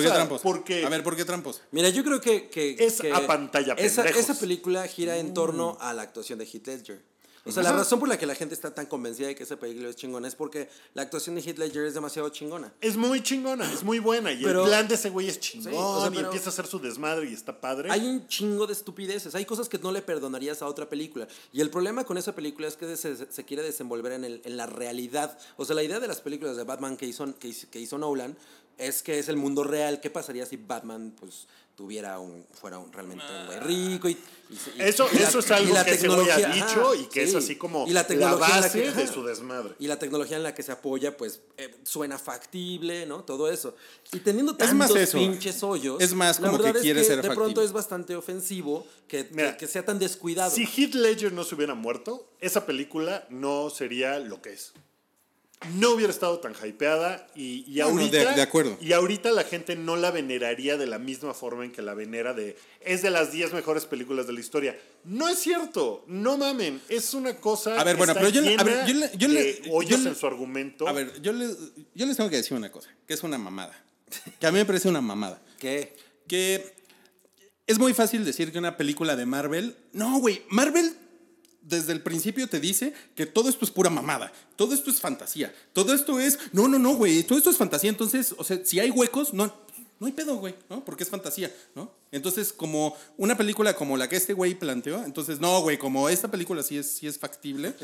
Speaker 4: tramposa,
Speaker 2: tramposa?
Speaker 4: porque-
Speaker 2: A ver, ¿por qué tramposa?
Speaker 3: Mira, yo creo que, que-
Speaker 4: Es
Speaker 3: que
Speaker 4: a pantalla,
Speaker 3: esa,
Speaker 4: pendejos.
Speaker 3: esa película gira en torno a la actuación de Heath Ledger. O sea, la
Speaker 4: Ajá.
Speaker 3: razón por la que la gente está tan convencida de que esa película es chingona es porque la actuación de Heath Ledger es demasiado chingona.
Speaker 4: Es muy chingona, es muy buena. Y
Speaker 3: Pero-
Speaker 4: el plan de ese güey es chingón.
Speaker 3: Sí, o sea,
Speaker 4: y
Speaker 3: pero-
Speaker 4: empieza a hacer su desmadre y está padre.
Speaker 3: Hay un chingo de estupideces, hay cosas que no le perdonarías a otra película. Y el problema con esa película es que se, se quiere desenvolver en, el- en la realidad. O sea, la idea de las películas de Batman que hizo, que, hizo- que hizo Nolan es que es el mundo real. ¿Qué pasaría si Batman pues, tuviera un, fuera un, realmente un güey rico? Y, y se- y-
Speaker 4: Eso-
Speaker 3: y
Speaker 4: eso es algo
Speaker 3: y la
Speaker 4: que ese güey ha
Speaker 3: tecnología-
Speaker 4: dicho y que es
Speaker 3: sí.
Speaker 4: así como la
Speaker 3: en
Speaker 4: base de
Speaker 3: ajá.
Speaker 4: su desmadre.
Speaker 3: Y la tecnología en la que se apoya, pues, eh, suena factible, ¿no? Todo eso. Y teniendo
Speaker 2: Es
Speaker 3: tantos
Speaker 2: más eso.
Speaker 3: pinches hoyos,
Speaker 2: Es más
Speaker 3: la
Speaker 2: como que
Speaker 3: verdad es
Speaker 2: quiere ser
Speaker 3: de pronto
Speaker 2: factible.
Speaker 3: es bastante ofensivo que, que-
Speaker 4: Mira,
Speaker 3: que sea tan descuidado.
Speaker 4: Si Heath Ledger no se hubiera muerto, esa película no sería lo que es. No hubiera estado tan hypeada y, y
Speaker 2: No, no,
Speaker 4: ahorita
Speaker 2: de- de acuerdo.
Speaker 4: y ahorita la gente no la veneraría de la misma forma en que la venera de es de las 10 mejores películas de la historia. No es cierto, no mamen, es una cosa
Speaker 2: A ver, bueno,
Speaker 4: está
Speaker 2: pero yo le- a
Speaker 4: llena
Speaker 2: ver, yo le- yo le-
Speaker 4: de hoyos
Speaker 2: yo le-
Speaker 4: en su argumento.
Speaker 2: A ver, yo les, yo les tengo que decir una cosa, que es una mamada. Que a mí me parece una mamada.
Speaker 3: ¿Qué?
Speaker 2: que es muy fácil decir que una película de Marvel. No, güey, Marvel desde el principio te dice que todo esto es pura mamada, todo esto es fantasía, todo esto es. No, no, no, güey, todo esto es fantasía. Entonces, o sea, si hay huecos, no, no hay pedo, güey, ¿no? Porque es fantasía, ¿no? Entonces, como una película como la que este güey planteó, entonces, no, güey, como esta película sí es, sí es factible.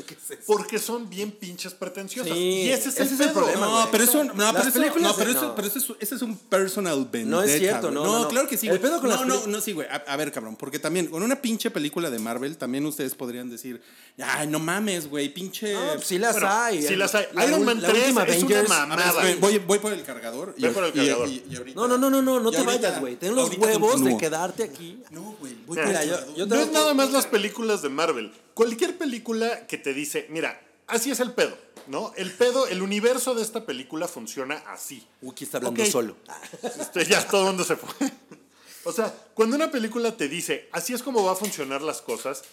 Speaker 4: porque son bien pinches pretenciosas.
Speaker 3: Sí,
Speaker 4: y ese es el,
Speaker 3: ese es el
Speaker 4: pedo.
Speaker 3: problema,
Speaker 2: No,
Speaker 3: güey.
Speaker 2: pero eso, no,
Speaker 3: Las
Speaker 2: pero eso,
Speaker 3: películas
Speaker 2: no, pero
Speaker 3: de-
Speaker 2: eso,
Speaker 3: no.
Speaker 2: pero eso, es- ese es un personal vendetta.
Speaker 3: No es cierto,
Speaker 2: güey.
Speaker 3: no, no, no.
Speaker 2: claro que sí.
Speaker 3: El
Speaker 2: güey.
Speaker 3: pedo con
Speaker 2: no,
Speaker 3: las
Speaker 2: no,
Speaker 3: peli-
Speaker 2: no, sí, güey. A, a ver, cabrón, porque también con una pinche película de Marvel también ustedes podrían decir, ay, no mames, güey, pinche.
Speaker 3: No, pues sí las
Speaker 4: Bueno,
Speaker 3: hay.
Speaker 4: sí las hay.
Speaker 3: La
Speaker 4: Iron
Speaker 3: ul-
Speaker 4: Man
Speaker 3: la
Speaker 4: 3
Speaker 3: última
Speaker 4: es una mamada.
Speaker 2: A ver,
Speaker 4: güey.
Speaker 2: Pues, voy, voy por el cargador.
Speaker 4: Ve por el cargador.
Speaker 2: ahorita-
Speaker 3: No, no, no, no, no, no
Speaker 2: y
Speaker 3: te
Speaker 2: ahorita-
Speaker 3: vayas, güey. Ten los
Speaker 2: ahorita
Speaker 3: huevos de
Speaker 2: continúo.
Speaker 3: quedarte aquí.
Speaker 2: No, güey, voy por
Speaker 4: Mira,
Speaker 2: el
Speaker 3: yo-
Speaker 2: cargador.
Speaker 3: yo te-
Speaker 4: No es nada más las películas de Marvel. Cualquier película que te dice, mira, así es el pedo, ¿no? El pedo, el universo de esta película funciona así.
Speaker 3: Wookie está hablando
Speaker 4: Ok.
Speaker 3: solo.
Speaker 4: Este, ya todo el mundo se fue. O sea, cuando una película te dice, así es como va a funcionar las cosas,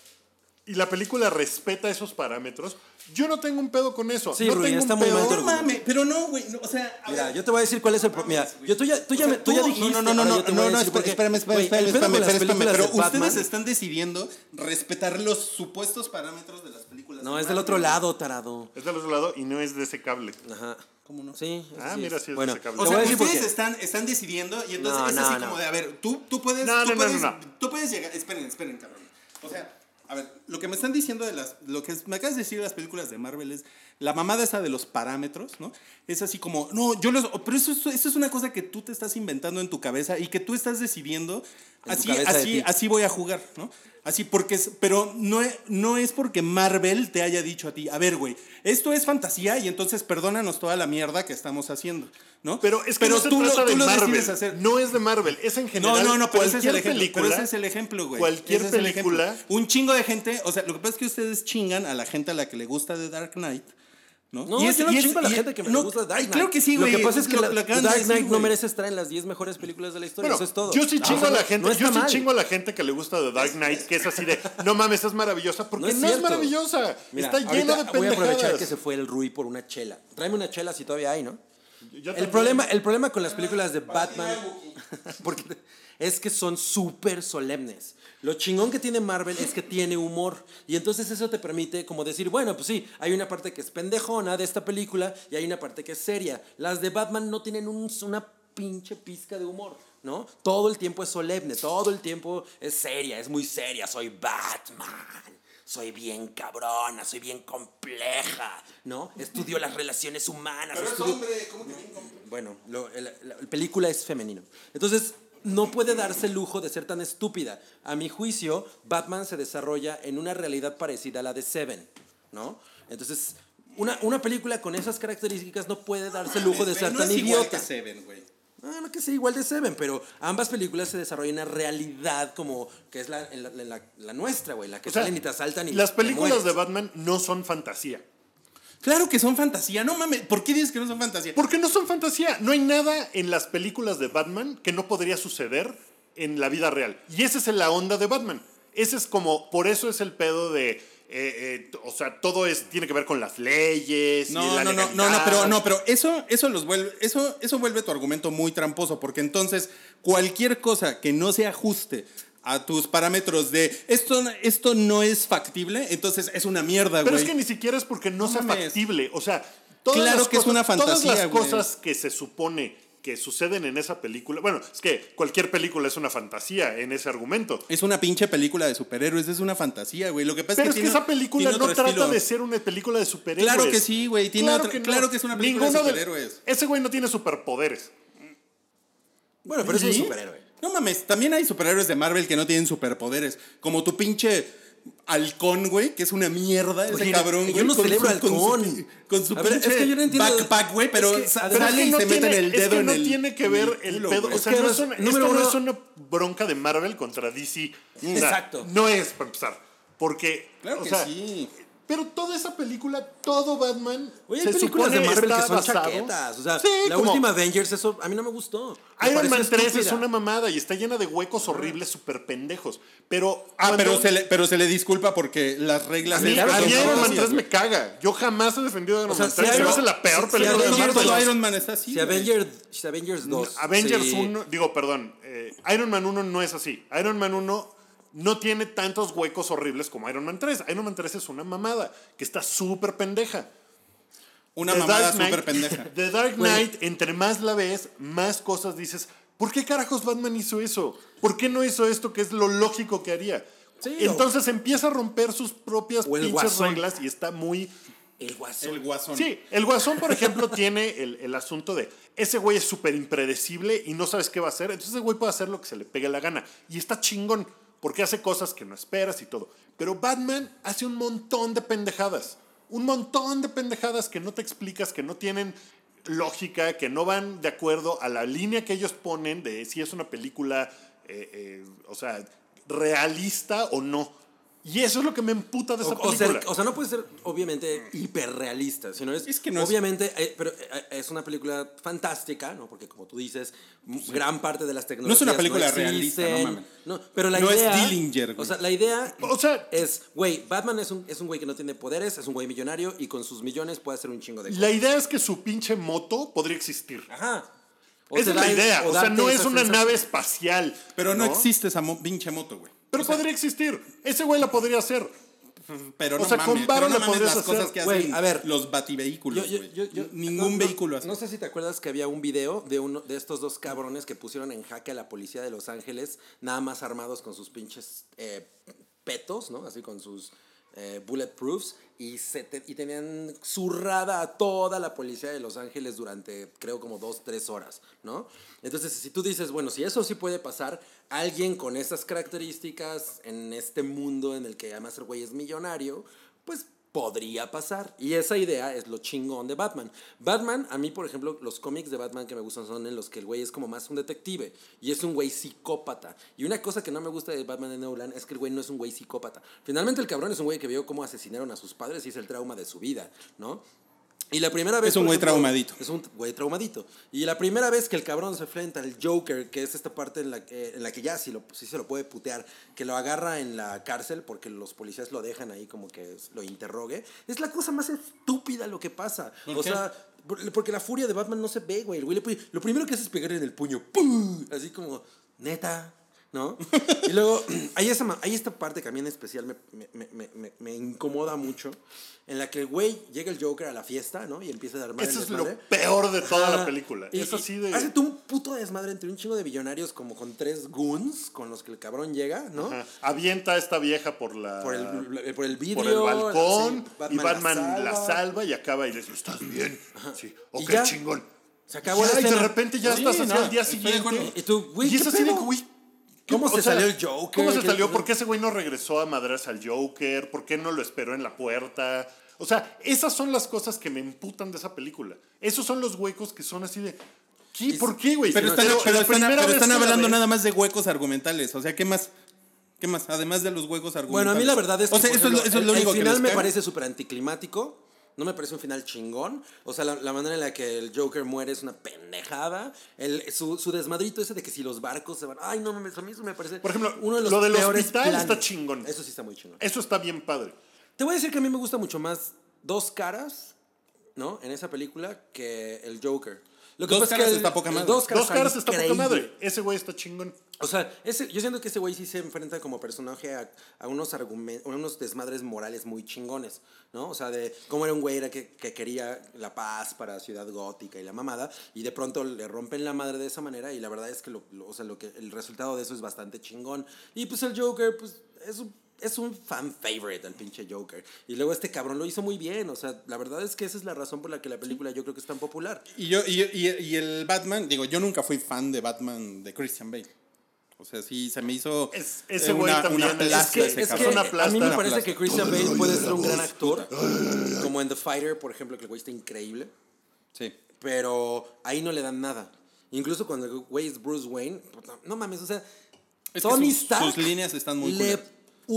Speaker 4: y la película respeta esos parámetros, yo no tengo un pedo con eso.
Speaker 3: Sí,
Speaker 4: no
Speaker 3: Rui,
Speaker 4: tengo
Speaker 3: está
Speaker 4: un
Speaker 3: muy
Speaker 4: pedo.
Speaker 3: mal tu
Speaker 2: No mames, pero no, güey, no, o sea. a
Speaker 3: Mira,
Speaker 2: ver,
Speaker 3: yo te voy a decir cuál es el problema. Mira, yo, tú ya, tú ya,
Speaker 2: O
Speaker 3: me-
Speaker 2: sea,
Speaker 3: tú ya
Speaker 2: tú-
Speaker 3: dijiste.
Speaker 2: No, no, no,
Speaker 3: ahora
Speaker 2: no,
Speaker 3: yo te
Speaker 2: no,
Speaker 3: voy a
Speaker 2: no,
Speaker 3: decir por
Speaker 2: espérame, espérame,
Speaker 3: qué.
Speaker 2: espérame,
Speaker 3: Güey,
Speaker 2: espérame,
Speaker 3: el pedo
Speaker 2: espérame,
Speaker 3: con las
Speaker 2: espérame, espérame,
Speaker 3: películas
Speaker 2: pero
Speaker 3: de Batman-
Speaker 2: ustedes están decidiendo respetar los supuestos parámetros de las películas.
Speaker 3: No,
Speaker 2: de
Speaker 3: es del otro
Speaker 2: Marvel.
Speaker 3: lado, tarado.
Speaker 4: Es del otro lado y no es de ese cable.
Speaker 3: Ajá.
Speaker 2: ¿Cómo no?
Speaker 3: Sí. eso
Speaker 4: Ah, mira, sí es
Speaker 3: bueno,
Speaker 4: ese cable.
Speaker 3: te
Speaker 2: O
Speaker 3: voy
Speaker 2: sea,
Speaker 3: a decir por
Speaker 2: ustedes
Speaker 3: qué.
Speaker 2: están, están decidiendo y entonces
Speaker 3: No,
Speaker 2: es
Speaker 3: no,
Speaker 2: así
Speaker 3: no.
Speaker 2: como de, a ver, tú, tú puedes,
Speaker 4: No,
Speaker 2: tú,
Speaker 4: no, no,
Speaker 2: puedes
Speaker 4: no, no.
Speaker 2: tú puedes llegar, esperen, esperen, cabrón. O sea, a ver, lo que me están diciendo de las, lo que me acabas de decir de las películas de Marvel es, la mamada esa de los parámetros, ¿no? Es así como, no, yo los, oh, pero eso, es- eso es una cosa que tú te estás inventando en tu cabeza y que tú estás decidiendo,
Speaker 3: En tu
Speaker 2: así,
Speaker 3: cabeza de
Speaker 2: así,
Speaker 3: ti.
Speaker 2: así voy a jugar, ¿no? Así porque es, pero no, e- no es porque Marvel te haya dicho a ti, a ver, güey, esto es fantasía y entonces perdónanos toda la mierda que estamos haciendo, ¿no?
Speaker 4: Pero es que no se trata de Marvel.
Speaker 2: decides hacer. No,
Speaker 4: No es de Marvel, es en
Speaker 2: no,
Speaker 4: general.
Speaker 2: no, pero ese es
Speaker 4: cualquier
Speaker 2: el ejemplo.
Speaker 4: película.
Speaker 2: pero ese es el ejemplo, güey.
Speaker 4: cualquier
Speaker 2: Ese es el ejemplo.
Speaker 4: película-
Speaker 2: Un chingo de gente. O sea, lo que pasa es que ustedes chingan a la gente a la que le gusta The Dark Knight. No,
Speaker 3: No,
Speaker 2: Y
Speaker 3: yo no
Speaker 2: y
Speaker 3: chingo a la
Speaker 2: y-
Speaker 3: gente que me
Speaker 2: no,
Speaker 3: gusta Dark
Speaker 2: ay,
Speaker 3: Knight.
Speaker 2: Claro que sí, güey.
Speaker 3: Lo que pasa es que
Speaker 2: lo-
Speaker 3: la,
Speaker 2: lo acaban de
Speaker 3: Dark
Speaker 2: decir,
Speaker 3: Knight no
Speaker 2: güey.
Speaker 3: merece estar en las 10 mejores películas de la historia.
Speaker 4: Bueno,
Speaker 3: eso es todo.
Speaker 4: yo sí
Speaker 3: No,
Speaker 4: chingo a la
Speaker 3: no
Speaker 4: gente,
Speaker 3: está
Speaker 4: yo sí
Speaker 3: mal.
Speaker 4: chingo a la gente que le gusta The Dark Knight, que es así de, no mames, es maravillosa, porque
Speaker 3: No es
Speaker 4: no es,
Speaker 3: cierto.
Speaker 4: maravillosa,
Speaker 3: Mira,
Speaker 4: está llena de
Speaker 3: ahorita Voy a aprovechar
Speaker 4: pendejadas.
Speaker 3: que se fue el Rui por una chela. Tráeme una chela si todavía hay, ¿no?
Speaker 4: Yo
Speaker 3: El
Speaker 4: también-
Speaker 3: problema, el problema con las películas de Batman porque te- es que son súper solemnes. Lo chingón que tiene Marvel es que tiene humor. Y entonces eso te permite como decir, bueno, pues sí, hay una parte que es pendejona de esta película y hay una parte que es seria. Las de Batman no tienen un- una pinche pizca de humor. ¿No? Todo el tiempo es solemne, todo el tiempo es seria, es muy seria. Soy Batman soy bien cabrona, soy bien compleja, ¿no? Estudio las relaciones humanas. estudio- Bueno, lo- el- la, la película es femenino. Entonces, no puede darse el lujo de ser tan estúpida. A mi juicio, Batman se desarrolla en una realidad parecida a la de Seven, ¿no? Entonces, una, una película con esas características no puede darse el lujo de
Speaker 2: Güey,
Speaker 3: ser
Speaker 2: no
Speaker 3: tan
Speaker 2: es igual
Speaker 3: idiota.
Speaker 2: que Seven, güey.
Speaker 3: Ah, no que sea igual de Seven, pero ambas películas se desarrollan en una realidad como que es la, en la, en la- la nuestra, güey, la que
Speaker 4: o sea,
Speaker 3: salen y te asaltan y
Speaker 4: las
Speaker 3: te
Speaker 4: películas
Speaker 3: mueres.
Speaker 4: de Batman no son fantasía.
Speaker 2: Claro que son fantasía. No mames. ¿Por qué dices que no son fantasía?
Speaker 4: Porque no son fantasía. No hay nada en las películas de Batman que no podría suceder en la vida real. Y esa es la onda de Batman. Ese es como, por eso es el pedo de eh, eh, o sea, todo es, tiene que ver con las leyes. y
Speaker 2: No,
Speaker 4: la
Speaker 2: no, no, no, no,
Speaker 4: legalidad.
Speaker 2: pero no, pero eso, eso los vuelve, eso, eso vuelve tu argumento muy tramposo, porque entonces cualquier cosa que no se ajuste a tus parámetros de esto, esto no es factible, entonces es una mierda,
Speaker 4: Pero
Speaker 2: güey.
Speaker 4: es que ni siquiera es porque no sea
Speaker 2: mames.
Speaker 4: factible. O sea, todas
Speaker 2: Claro
Speaker 4: las
Speaker 2: que es
Speaker 4: cosas-
Speaker 2: una
Speaker 4: Todas las
Speaker 2: fantasía, güey.
Speaker 4: cosas que se supone que suceden en esa película. Bueno, es que cualquier película es una fantasía en ese argumento.
Speaker 2: Es una pinche película de superhéroes, es una fantasía, güey. Lo que pasa
Speaker 4: Pero
Speaker 2: es
Speaker 4: es
Speaker 2: que
Speaker 4: que
Speaker 2: tiene-
Speaker 4: esa película
Speaker 2: tiene
Speaker 4: no
Speaker 2: otro
Speaker 4: trata
Speaker 2: estilo.
Speaker 4: de ser una película de superhéroes.
Speaker 2: Claro que sí, güey, tiene otro- claro que es una película de superhéroes.
Speaker 4: ese güey no tiene superpoderes.
Speaker 3: Bueno, pero es
Speaker 2: ¿Sí?
Speaker 3: un superhéroe.
Speaker 2: No mames, también hay superhéroes de Marvel que no tienen superpoderes. Como tu pinche halcón, güey, que es una mierda ese
Speaker 3: Oye,
Speaker 2: cabrón, güey.
Speaker 3: yo no
Speaker 2: con
Speaker 3: celebro
Speaker 2: su- con su
Speaker 3: halcón.
Speaker 2: pi- Con su
Speaker 3: A ver,
Speaker 2: pinche
Speaker 3: es que yo no entiendo-
Speaker 2: backpack, güey, pero
Speaker 3: es que-
Speaker 2: sa-
Speaker 3: pero
Speaker 4: Pero es
Speaker 2: sale
Speaker 4: que
Speaker 2: y
Speaker 4: no
Speaker 2: se
Speaker 4: tiene,
Speaker 2: meten el
Speaker 4: es que
Speaker 2: dedo en
Speaker 4: no
Speaker 2: el.
Speaker 4: tiene que
Speaker 2: en
Speaker 4: ver el,
Speaker 2: culo,
Speaker 4: pedo.
Speaker 2: güey.
Speaker 4: O sea,
Speaker 3: Es que
Speaker 4: no
Speaker 3: no
Speaker 4: es
Speaker 3: es-
Speaker 4: una, esto
Speaker 3: número
Speaker 4: no
Speaker 3: uno-
Speaker 4: es una bronca de Marvel contra DC. O sea,
Speaker 3: Exacto.
Speaker 4: No es, para empezar. Porque.
Speaker 2: Claro
Speaker 4: o
Speaker 2: que
Speaker 4: sea,
Speaker 2: sí.
Speaker 4: Pero toda esa película, todo Batman.
Speaker 3: Oye,
Speaker 4: se
Speaker 3: hay películas
Speaker 4: supone
Speaker 3: de Marvel que
Speaker 4: está
Speaker 3: son
Speaker 4: basado-
Speaker 3: chaquetas. O sea,
Speaker 4: Sí,
Speaker 3: la
Speaker 4: como
Speaker 3: última Avengers, eso a mí no me gustó. Me
Speaker 4: Iron Man
Speaker 3: pareció
Speaker 4: 3 es
Speaker 3: estúpida.
Speaker 4: una mamada y está llena de huecos horribles, súper pendejos. Pero.
Speaker 2: Ah, pero
Speaker 4: cuando-
Speaker 2: se, le, pero se le disculpa porque las
Speaker 4: A
Speaker 2: reglas
Speaker 4: mí,
Speaker 2: estas
Speaker 4: a
Speaker 2: son
Speaker 4: mí Iron Man
Speaker 2: propias,
Speaker 4: 3 me
Speaker 2: güey.
Speaker 4: caga. Yo jamás he defendido a Iron
Speaker 3: O sea,
Speaker 4: Man
Speaker 3: si
Speaker 4: 3. Se me
Speaker 3: Iron-
Speaker 4: hace la peor
Speaker 3: si- si
Speaker 4: película
Speaker 2: No
Speaker 4: de
Speaker 2: es
Speaker 3: Iron
Speaker 4: Marvel.
Speaker 2: cierto,
Speaker 3: Man dos.
Speaker 2: Iron Man está así.
Speaker 3: Si
Speaker 2: güey.
Speaker 3: Avengers, si Avengers 2.
Speaker 4: Avengers
Speaker 3: sí.
Speaker 4: 1, digo, perdón, eh, Iron Man 1 no es así. Iron Man 1 no tiene tantos huecos horribles como Iron Man 3. Iron Man 3 es una mamada que está súper pendeja.
Speaker 2: Una
Speaker 4: The
Speaker 2: mamada
Speaker 4: Dark Knight-
Speaker 2: súper pendeja.
Speaker 4: The Dark
Speaker 3: Güey.
Speaker 4: Knight, entre más la ves, más cosas dices. ¿Por qué carajos Batman hizo eso? ¿Por qué no hizo esto que es lo lógico que haría?
Speaker 3: Sí,
Speaker 4: Entonces empieza a romper sus propias
Speaker 3: O el
Speaker 4: pinches
Speaker 3: Guasón.
Speaker 4: reglas y está muy
Speaker 3: El guasón.
Speaker 2: El guasón.
Speaker 4: Sí, el Guasón, por ejemplo, tiene el, el asunto de ese güey es súper impredecible y no sabes qué va a hacer, entonces ese güey puede hacer lo que se le pegue la gana. Y está chingón, porque hace cosas que no esperas y todo. Pero Batman hace un montón de pendejadas. Un montón de pendejadas que no te explicas, que no tienen lógica, que no van de acuerdo a la línea que ellos ponen de si es una película, eh, eh, o sea, realista o no. Y eso es lo que me emputa de
Speaker 3: O,
Speaker 4: esa
Speaker 3: o
Speaker 4: película. Mm.
Speaker 3: ser- o sea, no puede ser obviamente hiperrealista, sino es,
Speaker 2: Es que no es-
Speaker 3: obviamente, eh, pero eh, es una película fantástica, ¿no? Porque como tú dices, m- gran parte de las tecnologías
Speaker 2: película realista, no
Speaker 3: existen,
Speaker 2: mames.
Speaker 3: no, pero la
Speaker 2: No es
Speaker 3: idea,
Speaker 2: Dillinger, güey.
Speaker 3: o sea, la idea
Speaker 4: O sea-
Speaker 3: es, güey, Batman es un es un güey que no tiene poderes, es un güey millonario y con sus millones puede hacer un chingo de cosas.
Speaker 4: La idea es que su pinche moto podría existir.
Speaker 3: Ajá. O
Speaker 4: Esa
Speaker 3: te
Speaker 4: es la
Speaker 3: da-
Speaker 4: idea. O sea,
Speaker 3: darte
Speaker 4: no
Speaker 3: esa
Speaker 4: es una
Speaker 3: sensación.
Speaker 4: nave espacial.
Speaker 2: Pero no, existe esa mo- pinche moto, güey.
Speaker 4: Pero podría existir. Ese güey la podría hacer.
Speaker 2: Pero
Speaker 4: O
Speaker 2: no
Speaker 4: sea,
Speaker 2: mames,
Speaker 4: con
Speaker 2: pero
Speaker 4: Barba
Speaker 2: no
Speaker 4: la
Speaker 2: mames
Speaker 4: podrías
Speaker 2: las cosas
Speaker 4: hacer.
Speaker 2: que
Speaker 3: Güey,
Speaker 2: hacen
Speaker 3: a ver.
Speaker 2: los bativehículos,
Speaker 3: Yo- yo-
Speaker 2: güey.
Speaker 3: yo- yo-
Speaker 2: Ningún
Speaker 3: no, no,
Speaker 2: vehículo hace.
Speaker 3: No sé si te acuerdas que había un video de uno de estos dos cabrones que pusieron en jaque a la policía de Los Ángeles, nada más armados con sus pinches eh, petos, ¿no? Así con sus eh, bulletproofs. Y, se te- y tenían zurrada a toda la policía de Los Ángeles durante, creo, como dos, tres horas, ¿no? Entonces, si tú dices, bueno, si eso sí puede pasar, alguien con esas características en este mundo en el que además el güey es millonario, pues podría pasar. Y esa idea es lo chingón de Batman. Batman, a mí, por ejemplo, los cómics de Batman que me gustan son en los que el güey es como más un detective y es un güey psicópata. Y una cosa que no me gusta de Batman de Nolan es que el güey no es un güey psicópata. Finalmente el cabrón es un güey que vio cómo asesinaron a sus padres y es el trauma de su vida, ¿no? Y la primera vez...
Speaker 2: Es un
Speaker 3: por
Speaker 2: güey
Speaker 3: ejemplo,
Speaker 2: traumadito.
Speaker 3: Es un güey traumadito. Y la primera vez que el cabrón se enfrenta al Joker, que es esta parte en la, eh, en la que ya sí, lo, sí se lo puede putear, que lo agarra en la cárcel porque los policías lo dejan ahí como que es- lo interrogue, es la cosa más estúpida lo que pasa.
Speaker 2: ¿Por
Speaker 3: o
Speaker 2: qué?
Speaker 3: sea, por- porque la furia de Batman no se ve, güey. El güey le puede- lo primero que hace es pegarle en el puño. ¡Pum! Así como, neta. ¿No? Y luego, hay, esa, ma- hay esta parte que a mí en especial me, me- me- me- me- me incomoda mucho, en la que el güey llega el Joker a la fiesta, ¿no? Y empieza a armar el
Speaker 4: Eso es lo
Speaker 3: desmadre.
Speaker 4: peor de toda
Speaker 3: Ajá.
Speaker 4: la película.
Speaker 3: Y-
Speaker 4: es
Speaker 3: y
Speaker 4: así de.
Speaker 3: Hacete un puto desmadre entre un chingo de billonarios como con tres goons con los que el cabrón llega, ¿no?
Speaker 4: Ajá. Avienta a esta vieja por la.
Speaker 3: Por el, por el vidrio.
Speaker 4: por el balcón.
Speaker 3: sí,
Speaker 4: y Batman la salva.
Speaker 3: salva.
Speaker 4: y acaba y le dice: Estás bien. Sí. Ok,
Speaker 3: ya.
Speaker 4: chingón.
Speaker 3: Se acabó
Speaker 4: Ya,
Speaker 3: la
Speaker 4: y de
Speaker 3: escena.
Speaker 4: repente ya
Speaker 2: Sí,
Speaker 4: estás hacia
Speaker 2: no,
Speaker 4: el día
Speaker 2: estoy de
Speaker 4: siguiente.
Speaker 2: acuerdo.
Speaker 3: Y tú, güey,
Speaker 4: Y es
Speaker 3: ¿qué
Speaker 4: así de,
Speaker 3: pedo?
Speaker 4: güey.
Speaker 3: ¿Cómo
Speaker 4: o
Speaker 3: se
Speaker 4: sea,
Speaker 3: salió el Joker?
Speaker 4: ¿Cómo se
Speaker 3: ¿Qué-
Speaker 4: salió? ¿Por qué ese güey no regresó a madrearse al Joker? ¿Por qué no lo esperó en la puerta? O sea, esas son las cosas que me emputan de esa película. Esos son los huecos que son así de. ¿qué?
Speaker 3: Y-
Speaker 4: ¿Por qué, güey?
Speaker 2: Pero
Speaker 4: Si
Speaker 2: están,
Speaker 4: no-
Speaker 2: pero
Speaker 4: la
Speaker 2: están-
Speaker 4: primera
Speaker 2: pero
Speaker 4: vez
Speaker 2: están
Speaker 4: que la
Speaker 2: hablando
Speaker 4: ves-
Speaker 2: nada más de huecos argumentales. O sea, ¿qué más? ¿Qué más? Además de los huecos argumentales.
Speaker 3: Bueno, a mí la verdad es que.
Speaker 2: O sea,
Speaker 3: por
Speaker 2: eso, es lo-
Speaker 3: ejemplo,
Speaker 2: eso es lo
Speaker 3: el-
Speaker 2: único
Speaker 3: el
Speaker 2: que
Speaker 3: final
Speaker 2: les
Speaker 3: me
Speaker 2: cago.
Speaker 3: parece súper anticlimático. No me parece un final chingón. O sea, la, la manera en la que el Joker muere es una pendejada. El, su, su desmadrito ese de que si los barcos se van. Ay, no mames, a mí eso me parece.
Speaker 4: Por ejemplo,
Speaker 3: uno de los
Speaker 4: lo del
Speaker 3: peores
Speaker 4: hospital está
Speaker 3: planes.
Speaker 4: chingón.
Speaker 3: Eso sí está muy chingón.
Speaker 4: Eso está bien padre.
Speaker 3: Te voy a decir que a mí me gusta mucho más dos caras, ¿no? En esa película que el Joker. Lo que
Speaker 2: Dos
Speaker 3: pasa es
Speaker 2: Caras
Speaker 3: que el-
Speaker 2: está poca
Speaker 3: el
Speaker 2: madre.
Speaker 3: Dos caras,
Speaker 4: Dos caras está poca
Speaker 3: increíble.
Speaker 4: madre. Ese güey está chingón.
Speaker 3: O sea, ese- yo siento que ese güey sí se enfrenta como personaje a, a unos argumentos, a unos desmadres morales muy chingones, ¿no? O sea, de cómo era un güey era que, que quería la paz para Ciudad Gótica y la mamada, y de pronto le rompen la madre de esa manera, y la verdad es que, lo, lo- o sea, lo que el resultado de eso es bastante chingón. Y pues el Joker, pues es un, es un fan favorite, el pinche Joker. Y luego este cabrón lo hizo muy bien, o sea, la verdad es que esa es la razón por la que la película yo creo que es tan popular.
Speaker 2: Y, yo, y, y- y el Batman, digo, yo nunca fui fan de Batman de Christian Bale. O sea, sí, se me hizo
Speaker 4: Es-
Speaker 2: eh,
Speaker 4: ese güey también es
Speaker 2: plasta
Speaker 4: que-
Speaker 2: ese
Speaker 4: es que
Speaker 2: cabrón.
Speaker 4: es una
Speaker 3: a mí me
Speaker 4: plasta.
Speaker 3: parece
Speaker 2: Una
Speaker 3: que
Speaker 2: plasta.
Speaker 3: Christian Bale puede ser un gran actor, como en The Fighter, por ejemplo, que el güey está increíble,
Speaker 2: Sí.
Speaker 3: pero ahí no le dan nada. Incluso cuando el güey es Bruce Wayne, puta, no mames, o sea,
Speaker 2: Es que
Speaker 3: Tony
Speaker 2: sus-
Speaker 3: Stark
Speaker 2: sus líneas están muy
Speaker 3: le
Speaker 2: culeras.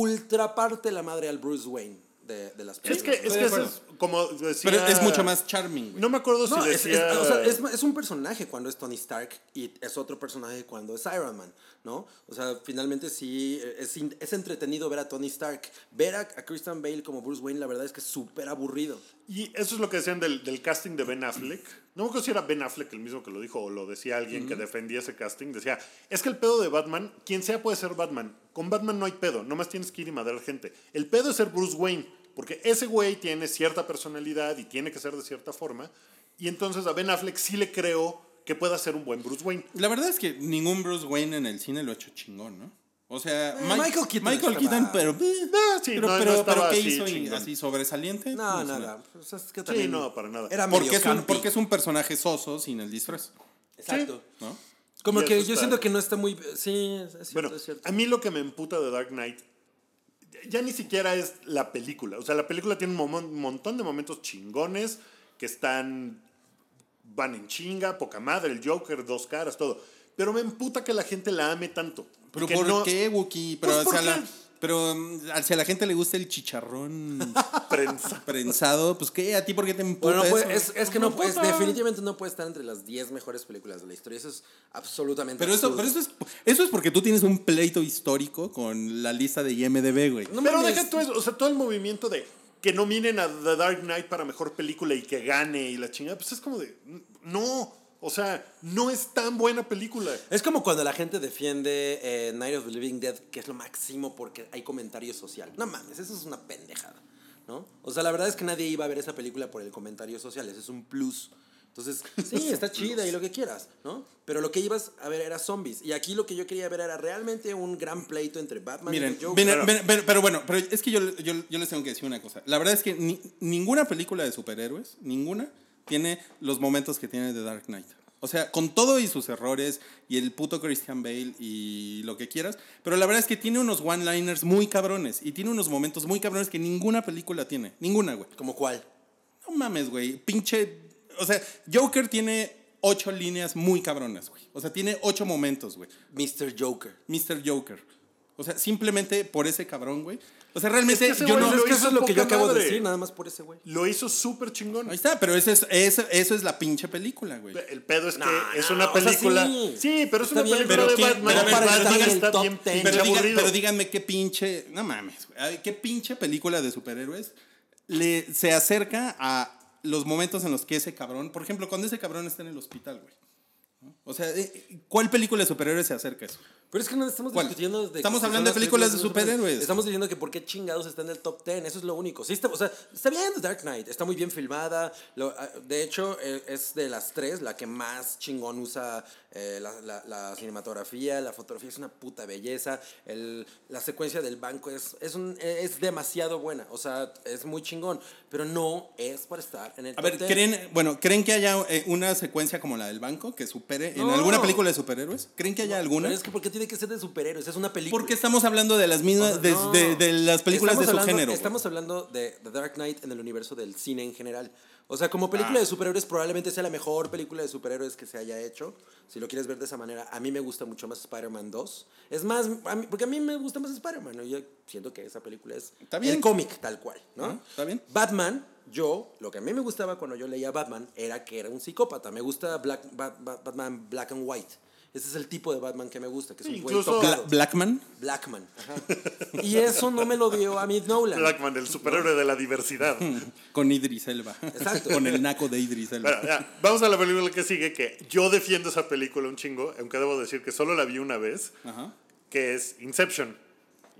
Speaker 3: ultraparte la madre al Bruce Wayne de, de las
Speaker 4: Es que,
Speaker 3: películas.
Speaker 4: es
Speaker 2: de
Speaker 4: que eso
Speaker 2: acuerdo.
Speaker 4: es como decía...
Speaker 2: Pero es mucho más charming, güey.
Speaker 4: No me acuerdo si
Speaker 3: No, es,
Speaker 4: decía...
Speaker 3: es- o sea, es- es un personaje cuando es Tony Stark y es otro personaje cuando es Iron Man, ¿no? O sea, finalmente sí, eh, es, in- es entretenido ver a Tony Stark. Ver a, a Christian Bale como Bruce Wayne, la verdad es que es súper aburrido.
Speaker 4: Y eso es lo que decían del, del casting de Ben Affleck. No me acuerdo si era Ben Affleck el mismo que lo dijo o lo decía alguien que defendía ese casting. Decía, es que el pedo de Batman, quien sea puede ser Batman. Con Batman no hay pedo, nomás tienes que ir y madrear gente. El pedo es ser Bruce Wayne, porque ese güey tiene cierta personalidad y tiene que ser de cierta forma. Y entonces a Ben Affleck sí le creo que pueda ser un buen Bruce Wayne.
Speaker 2: La verdad es que ningún Bruce Wayne en el cine lo ha hecho chingón, ¿no? O sea,
Speaker 4: Eh,
Speaker 2: Mike-
Speaker 3: Michael Keaton
Speaker 2: Michael
Speaker 3: estaba-
Speaker 2: Keaton, pero. eh,
Speaker 4: Ah, sí,
Speaker 2: pero,
Speaker 4: no, no
Speaker 2: pero,
Speaker 4: estaba
Speaker 2: pero ¿qué
Speaker 4: así
Speaker 2: hizo
Speaker 4: chingón.
Speaker 2: así sobresaliente?
Speaker 3: No,
Speaker 2: sé.
Speaker 3: nada. pues es que también
Speaker 4: no, para nada.
Speaker 3: Era medio
Speaker 2: Porque es, un,
Speaker 3: campi.
Speaker 2: porque es un personaje soso sin el disfraz,
Speaker 3: Exacto.
Speaker 2: ¿no?
Speaker 3: Como
Speaker 4: Y
Speaker 3: que
Speaker 4: eso
Speaker 3: yo
Speaker 4: está-
Speaker 3: siento que no está muy... Sí, es, es cierto,
Speaker 4: Bueno,
Speaker 3: es cierto.
Speaker 4: a mí lo que me emputa de Dark Knight ya ni siquiera es la película. O sea, la película tiene un momo- montón de momentos chingones que están. van en chinga, poca madre, el Joker, dos caras, todo. Pero me emputa que la gente la ame tanto.
Speaker 2: Pero
Speaker 4: Que
Speaker 2: ¿por
Speaker 4: no
Speaker 2: qué, Wookie? Pero,
Speaker 4: Pues,
Speaker 2: o sea,
Speaker 4: ¿por qué?
Speaker 2: la- pero mm, si a la gente le gusta el chicharrón
Speaker 4: prensa.
Speaker 2: prensado, pues ¿qué? ¿A ti por qué te emputa
Speaker 3: Bueno, no
Speaker 4: pues,
Speaker 3: puede-
Speaker 2: eso?
Speaker 3: es, es que no,
Speaker 2: Me
Speaker 3: puede-
Speaker 2: emputa.
Speaker 3: definitivamente no puede estar entre las 10 mejores películas de la historia. Eso es absolutamente
Speaker 2: Pero, eso,
Speaker 4: pues,
Speaker 3: absurdo.
Speaker 2: pero eso, es, eso es porque tú tienes un pleito histórico con la lista de IMDB, güey.
Speaker 3: No
Speaker 4: pero
Speaker 3: mames.
Speaker 4: deja tú eso, o sea, todo el movimiento de que nominen a The Dark Knight para mejor película y que gane y la chingada, pues es como de. No, o sea, no es tan buena película.
Speaker 3: Es como cuando la gente defiende eh, Night of the Living Dead, que es lo máximo porque hay comentario social. No mames, eso es una pendejada, ¿no? O sea, la verdad es que nadie iba a ver esa película por el comentario social, ese es un plus. Entonces, sí, está chida y lo que quieras, ¿no? Pero lo que ibas a ver era zombies. Y aquí lo que yo quería ver era realmente un gran pleito entre Batman
Speaker 2: Miren,
Speaker 3: y el Joker.
Speaker 2: ven- ven- pero, bueno, pero es que yo, yo, yo les tengo que decir una cosa. La verdad es que ni- ninguna película de superhéroes, ninguna, tiene los momentos que tiene The Dark Knight. O sea, con todo y sus errores y el puto Christian Bale y lo que quieras, pero la verdad es que tiene unos one-liners muy cabrones y tiene unos momentos muy cabrones que ninguna película tiene. Ninguna, güey.
Speaker 3: ¿Como cuál?
Speaker 2: No mames, güey. Pinche. O sea, Joker tiene ocho líneas muy cabronas, güey. O sea, tiene ocho momentos, güey.
Speaker 3: Mr. Joker.
Speaker 2: Mr. Joker. O sea, simplemente por ese cabrón, güey. O sea, realmente
Speaker 4: Es que ese
Speaker 2: yo
Speaker 4: güey
Speaker 2: no.
Speaker 3: Pues
Speaker 4: lo
Speaker 3: es que eso
Speaker 4: hizo
Speaker 3: es lo que yo
Speaker 4: poca
Speaker 3: acabo de
Speaker 4: madre.
Speaker 3: decir, nada más por ese güey.
Speaker 4: Lo hizo súper chingón.
Speaker 2: Ahí está, pero ese es, eso, eso es la pinche película, güey.
Speaker 4: El pedo es que
Speaker 3: No,
Speaker 4: es
Speaker 3: no,
Speaker 4: una
Speaker 3: o sea,
Speaker 4: película.
Speaker 3: sí.
Speaker 4: sí. pero es
Speaker 3: Está
Speaker 4: una
Speaker 3: bien,
Speaker 4: película
Speaker 2: pero
Speaker 4: de
Speaker 2: ¿quién-
Speaker 4: Batman.
Speaker 2: pero
Speaker 4: y
Speaker 2: para
Speaker 4: Batman
Speaker 2: estar en el
Speaker 4: está
Speaker 3: top
Speaker 4: bien
Speaker 3: ten?
Speaker 4: pinche
Speaker 2: Pero, diga-
Speaker 4: aburrido.
Speaker 2: pero díganme qué pinche. No mames, güey. Ay, ¿Qué pinche película de superhéroes le, se acerca a los momentos en los que ese cabrón. Por ejemplo, cuando ese cabrón está en el hospital, güey. ¿No? O sea, eh, ¿cuál película de superhéroes se acerca a eso?
Speaker 3: Pero es que no estamos
Speaker 2: ¿Cuál?
Speaker 3: discutiendo de
Speaker 2: Estamos
Speaker 3: que
Speaker 2: hablando
Speaker 3: son
Speaker 2: de
Speaker 3: las
Speaker 2: películas de superhéroes.
Speaker 3: Estamos diciendo que por qué chingados está en el top 10, eso es lo único. Sí está, o sea, está bien The Dark Knight, está muy bien filmada. lo- ah, de hecho, eh, es de las tres la que más chingón usa eh, la, la- la cinematografía, la fotografía es una puta belleza. el- la secuencia del banco es, es, un- e, es demasiado buena, o sea, es muy chingón, pero no es para estar en el
Speaker 2: A
Speaker 3: top
Speaker 2: ver,
Speaker 3: 10.
Speaker 2: ¿creen, bueno, ¿creen que haya eh, una secuencia como la del banco que supere en
Speaker 3: No.
Speaker 2: alguna película de superhéroes? ¿Creen que haya alguna?
Speaker 3: Pero es que ¿por qué tiene que ser de superhéroes? Es una película.
Speaker 2: Porque estamos hablando de las
Speaker 3: O
Speaker 2: mismas,
Speaker 3: sea,
Speaker 2: de,
Speaker 3: no.
Speaker 2: de- de las películas
Speaker 3: Estamos
Speaker 2: de su
Speaker 3: hablando-
Speaker 2: género. güey.
Speaker 3: Estamos hablando de The Dark Knight en el universo del cine en general. O sea, como
Speaker 2: Ah.
Speaker 3: película de superhéroes probablemente sea la mejor película de superhéroes que se haya hecho. Si lo quieres ver de esa manera, a mí me gusta mucho más Spider-Man 2. Es más, a mí- porque a mí me gusta más Spider-Man. ¿no? Yo siento que esa película es
Speaker 2: Está bien.
Speaker 3: el cómic tal cual, ¿no?
Speaker 2: Ah, está bien.
Speaker 3: Batman, yo, lo que a mí me gustaba cuando yo leía Batman era que era un psicópata. Me gusta Black, Ba- Ba- Batman Black and White. Ese es el tipo de Batman que me gusta, que es
Speaker 4: Sí,
Speaker 3: un güey
Speaker 4: incluso-
Speaker 3: tocado.
Speaker 2: Bla- Blackman.
Speaker 3: Blackman. Ajá. Y eso no me lo dio a mí Nolan.
Speaker 4: Blackman, el superhéroe de la diversidad.
Speaker 2: Con Idris Elba.
Speaker 3: Exacto.
Speaker 2: Con el naco de Idris Elba.
Speaker 4: Bueno, ya, vamos a la película que sigue, que yo defiendo esa película un chingo, aunque debo decir que solo la vi una vez,
Speaker 2: Ajá.
Speaker 4: que es Inception.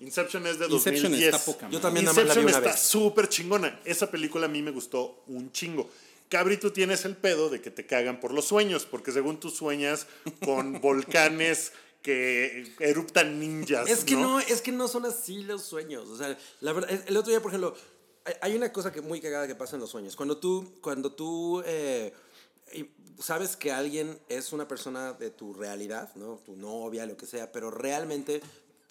Speaker 4: Inception es de
Speaker 2: Inception
Speaker 4: 2010.
Speaker 2: está poca madre.
Speaker 3: Yo también nada más la vi
Speaker 4: Inception
Speaker 3: una
Speaker 4: está
Speaker 3: vez.
Speaker 4: súper chingona. Esa película a mí me gustó un chingo. Cabri, tú tienes el pedo de que te cagan por los sueños, porque según tú sueñas con volcanes que eruptan ninjas.
Speaker 3: Es que
Speaker 4: ¿no?
Speaker 3: ¿no? es que no son así los sueños. O sea, la verdad, el- el otro día, por ejemplo, hay- hay una cosa que muy cagada que pasa en los sueños. Cuando tú, cuando tú eh, y- sabes que alguien es una persona de tu realidad, ¿no? Tu novia, lo que sea, pero realmente,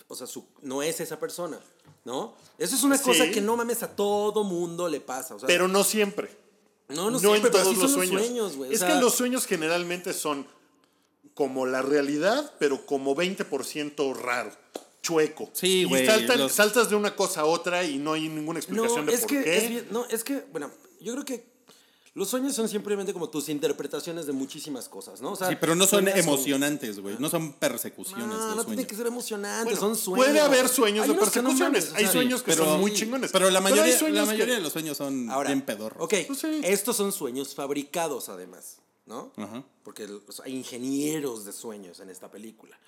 Speaker 3: o sea, su- no es esa persona, ¿no? Eso es una
Speaker 4: Sí.
Speaker 3: cosa que no mames a todo mundo le pasa. O sea,
Speaker 4: Pero no siempre.
Speaker 3: no, no, siempre, pero sí son los sueños, güey. O
Speaker 4: es
Speaker 3: sea,
Speaker 4: que los sueños generalmente son como la realidad, pero como 20% raro, chueco.
Speaker 2: Sí,
Speaker 4: Y
Speaker 2: güey,
Speaker 4: saltan-
Speaker 2: los-
Speaker 4: saltas de una cosa a otra y no hay ninguna explicación
Speaker 3: No,
Speaker 4: de
Speaker 3: es
Speaker 4: por
Speaker 3: que,
Speaker 4: qué.
Speaker 3: es bien- no, es que, bueno, yo creo que los sueños son simplemente como tus interpretaciones de muchísimas cosas, ¿no? O sea,
Speaker 2: Sí, pero no son
Speaker 3: sueñas con- Ah,
Speaker 2: emocionantes, güey. No son persecuciones.
Speaker 3: No,
Speaker 2: los
Speaker 3: no tiene
Speaker 2: sueños.
Speaker 3: que ser emocionante,
Speaker 4: Bueno,
Speaker 3: son sueños.
Speaker 4: puede haber sueños
Speaker 3: Hay
Speaker 4: de
Speaker 3: unos que no
Speaker 4: persecuciones,
Speaker 3: mames,
Speaker 4: hay sueños que
Speaker 2: pero-
Speaker 4: son muy chingones.
Speaker 2: Pero la
Speaker 4: hay
Speaker 2: mayoría, la
Speaker 4: sueños
Speaker 2: mayoría
Speaker 4: que-
Speaker 2: de los sueños son
Speaker 3: Ahora,
Speaker 2: bien pedorros.
Speaker 3: Ok,
Speaker 4: Pues sí.
Speaker 3: estos son sueños fabricados además, ¿no? Porque los- hay ingenieros de sueños en esta película.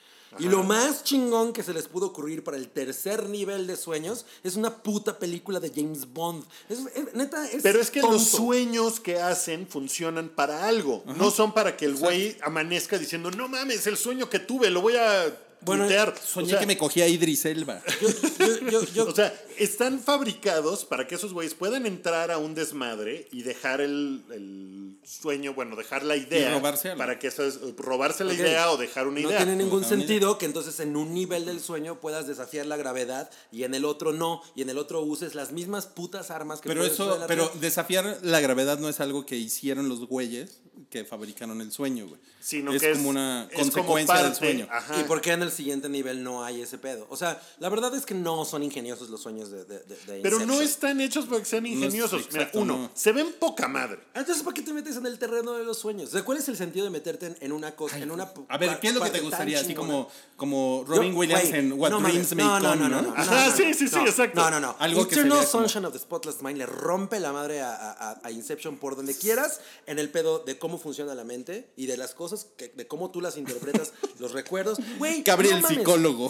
Speaker 3: Y lo más chingón que se les pudo ocurrir para el tercer nivel de sueños es una puta película de James Bond. Es, es- neta, es
Speaker 4: Pero es que los
Speaker 3: tonto.
Speaker 4: sueños que hacen funcionan para algo. No son para que el güey amanezca diciendo, no mames, el sueño que tuve, lo voy a
Speaker 3: Bueno,
Speaker 4: tuitear".
Speaker 2: Soñé
Speaker 4: O sea,
Speaker 2: que me cogía a Idris Elba.
Speaker 3: Yo- yo- yo-
Speaker 4: O sea, están fabricados para que esos güeyes puedan entrar a un desmadre y dejar el, el sueño, bueno, dejar la idea.
Speaker 2: Y robarse algo.
Speaker 4: Para que eso es, robarse la
Speaker 3: Ok.
Speaker 4: idea o dejar una
Speaker 3: No
Speaker 4: idea.
Speaker 3: tiene ningún
Speaker 2: Ajá, una
Speaker 3: sentido que entonces en un nivel del sueño puedas desafiar la gravedad y en el otro no, y en el otro uses las mismas putas armas que
Speaker 2: Pero
Speaker 3: puedes usar
Speaker 2: eso,
Speaker 3: en la
Speaker 2: pero
Speaker 3: realidad.
Speaker 2: desafiar la gravedad no es algo que hicieron los güeyes que fabricaron el sueño, güey.
Speaker 4: sino
Speaker 2: es
Speaker 4: que
Speaker 2: como una
Speaker 4: es como
Speaker 2: consecuencia del
Speaker 4: parte,
Speaker 2: sueño.
Speaker 4: ajá.
Speaker 3: ¿Y por qué en el siguiente nivel no hay ese pedo? O sea, la verdad es que no son ingeniosos los sueños de, de, de- de
Speaker 4: Pero no
Speaker 3: Inception.
Speaker 4: están hechos para que sean
Speaker 2: es-
Speaker 4: ingeniosos. Mira,
Speaker 2: exacto,
Speaker 4: uno,
Speaker 2: no.
Speaker 4: se ven poca madre.
Speaker 3: Ah, Entonces, ¿para qué te metes en el terreno de los sueños? O sea, ¿Cuál es el sentido de meterte en, en una cosa, en una
Speaker 2: A ver,
Speaker 3: pa-
Speaker 2: ¿qué es lo que
Speaker 3: parte
Speaker 2: te
Speaker 3: tan
Speaker 2: gustaría? Así
Speaker 3: chingona?
Speaker 2: como, como
Speaker 3: Yo-
Speaker 2: Robin Williams
Speaker 3: güey,
Speaker 2: en What
Speaker 3: no
Speaker 2: Dreams
Speaker 3: mames,
Speaker 2: May
Speaker 3: no, no,
Speaker 2: Come, ¿no?
Speaker 3: no, no, no,
Speaker 4: Ajá,
Speaker 3: no,
Speaker 4: sí,
Speaker 3: no,
Speaker 4: sí, sí,
Speaker 3: no.
Speaker 4: exacto.
Speaker 3: No, no, no.
Speaker 2: Algo que
Speaker 3: Eternal
Speaker 2: sería como-
Speaker 3: Sunshine of the Spotless Mind le rompe la madre a, a- a- a Inception por donde quieras en el pedo de cómo funciona la mente y de las cosas, que- de cómo tú las interpretas, los recuerdos. Güey,
Speaker 2: Gabriel,
Speaker 3: no mames.
Speaker 2: psicólogo.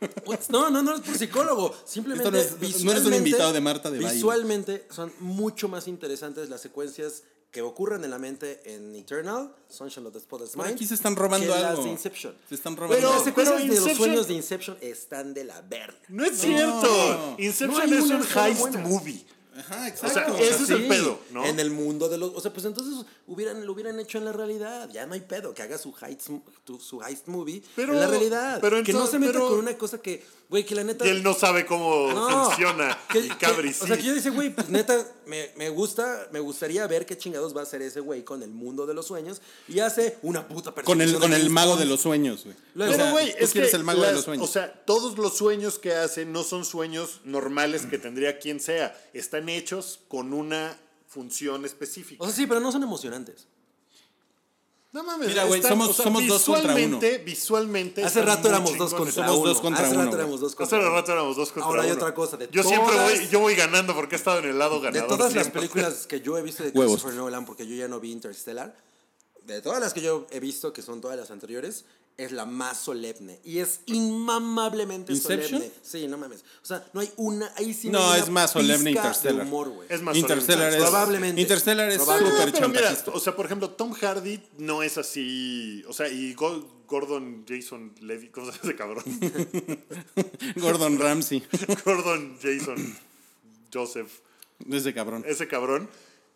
Speaker 3: What? Pues, No, no, no es por psicólogo. Simplemente.
Speaker 2: Esto no es- no eres un
Speaker 3: visualmente-
Speaker 2: invitado de Marta de Baile.
Speaker 3: Visualmente son mucho más interesantes las secuencias que ocurren en la mente en Eternal, Sunshine of the Spotless
Speaker 2: Por
Speaker 3: Mind.
Speaker 2: aquí se están robando
Speaker 3: que
Speaker 2: algo.
Speaker 3: Las de Inception.
Speaker 2: Se están
Speaker 4: Pero-
Speaker 3: las
Speaker 2: robando algo.
Speaker 3: secuencias de los
Speaker 4: Inception-
Speaker 3: sueños de Inception están de la verga.
Speaker 4: No es cierto.
Speaker 3: No
Speaker 4: Inception
Speaker 3: hay
Speaker 4: es
Speaker 3: una
Speaker 4: un
Speaker 3: sola
Speaker 4: heist
Speaker 3: buena.
Speaker 4: movie.
Speaker 2: Ajá,
Speaker 4: exacto.
Speaker 2: exacto.
Speaker 4: O sea, ese es el pedo, ¿no?
Speaker 3: En el mundo de los. O sea, pues entonces hubieran, lo hubieran hecho en la realidad. Ya no hay pedo. Que haga su heist, tu- su heist movie
Speaker 4: Pero-
Speaker 3: en la realidad.
Speaker 4: pero
Speaker 3: que no
Speaker 4: entonces-
Speaker 3: se meta
Speaker 4: pero-
Speaker 3: con una cosa que. Güey, que la neta.
Speaker 4: Y él no sabe cómo
Speaker 3: No.
Speaker 4: funciona.
Speaker 3: Que-
Speaker 4: y
Speaker 3: que-
Speaker 4: Cabri sí.
Speaker 3: O sea, que yo decía, güey, pues neta, me, me gusta, me gustaría ver qué chingados va a hacer ese güey con el mundo de los sueños y hace una puta persona.
Speaker 2: Con el, con el mago de los sueños, güey.
Speaker 3: Luego,
Speaker 2: O
Speaker 4: Pero,
Speaker 2: sea,
Speaker 4: güey,
Speaker 2: tú
Speaker 4: es que
Speaker 2: quieres el mago de
Speaker 4: las-
Speaker 2: los sueños.
Speaker 4: O sea, todos los sueños que hacen no son sueños normales que tendría quien sea. Están hechos con una función específica.
Speaker 3: O sea, sí, pero no son emocionantes.
Speaker 4: no mames.
Speaker 2: Mira, güey,
Speaker 4: están-
Speaker 2: somos- somos dos contra uno.
Speaker 4: visualmente- Visualmente.
Speaker 3: Hace
Speaker 4: están
Speaker 3: rato
Speaker 4: muy
Speaker 3: éramos dos
Speaker 4: chingones.
Speaker 3: contra
Speaker 2: Somos
Speaker 3: uno.
Speaker 2: dos contra
Speaker 3: Hace
Speaker 2: uno,
Speaker 3: rato
Speaker 2: güey.
Speaker 3: éramos dos
Speaker 4: Hace
Speaker 3: contra uno.
Speaker 4: rato éramos dos contra
Speaker 3: Ahora hay
Speaker 4: uno.
Speaker 3: otra cosa, de
Speaker 4: yo siempre
Speaker 3: todas-
Speaker 4: voy, yo voy ganando porque he estado en el lado
Speaker 3: De
Speaker 4: ganador.
Speaker 3: todas las
Speaker 4: siempre.
Speaker 3: películas que yo he visto de
Speaker 2: Huevos.
Speaker 3: Christopher Nolan, porque yo ya no vi Interstellar, de todas las que yo he visto, que son todas las anteriores, es la más solemne. Y es inmamablemente
Speaker 2: ¿Inception?
Speaker 3: solemne. Sí, no mames. O sea, no hay una. Ahí sí
Speaker 2: No,
Speaker 3: hay
Speaker 2: es
Speaker 3: una
Speaker 2: más solemne
Speaker 3: pizca de
Speaker 2: Interstellar.
Speaker 3: humor, güey.
Speaker 4: Es más
Speaker 2: Interstellar
Speaker 4: solemne.
Speaker 2: es,
Speaker 3: Probablemente.
Speaker 2: Interstellar es
Speaker 4: Ah,
Speaker 3: Probablemente.
Speaker 2: súper
Speaker 4: pero mira,
Speaker 2: chantajista.
Speaker 4: o sea, por ejemplo, Tom Hardy no es así. O sea, y Go- Gordon Jason Levy, ¿cómo se llama ese cabrón?
Speaker 2: Gordon Ramsay.
Speaker 4: Gordon Jason Joseph.
Speaker 2: Ese cabrón.
Speaker 4: ese cabrón.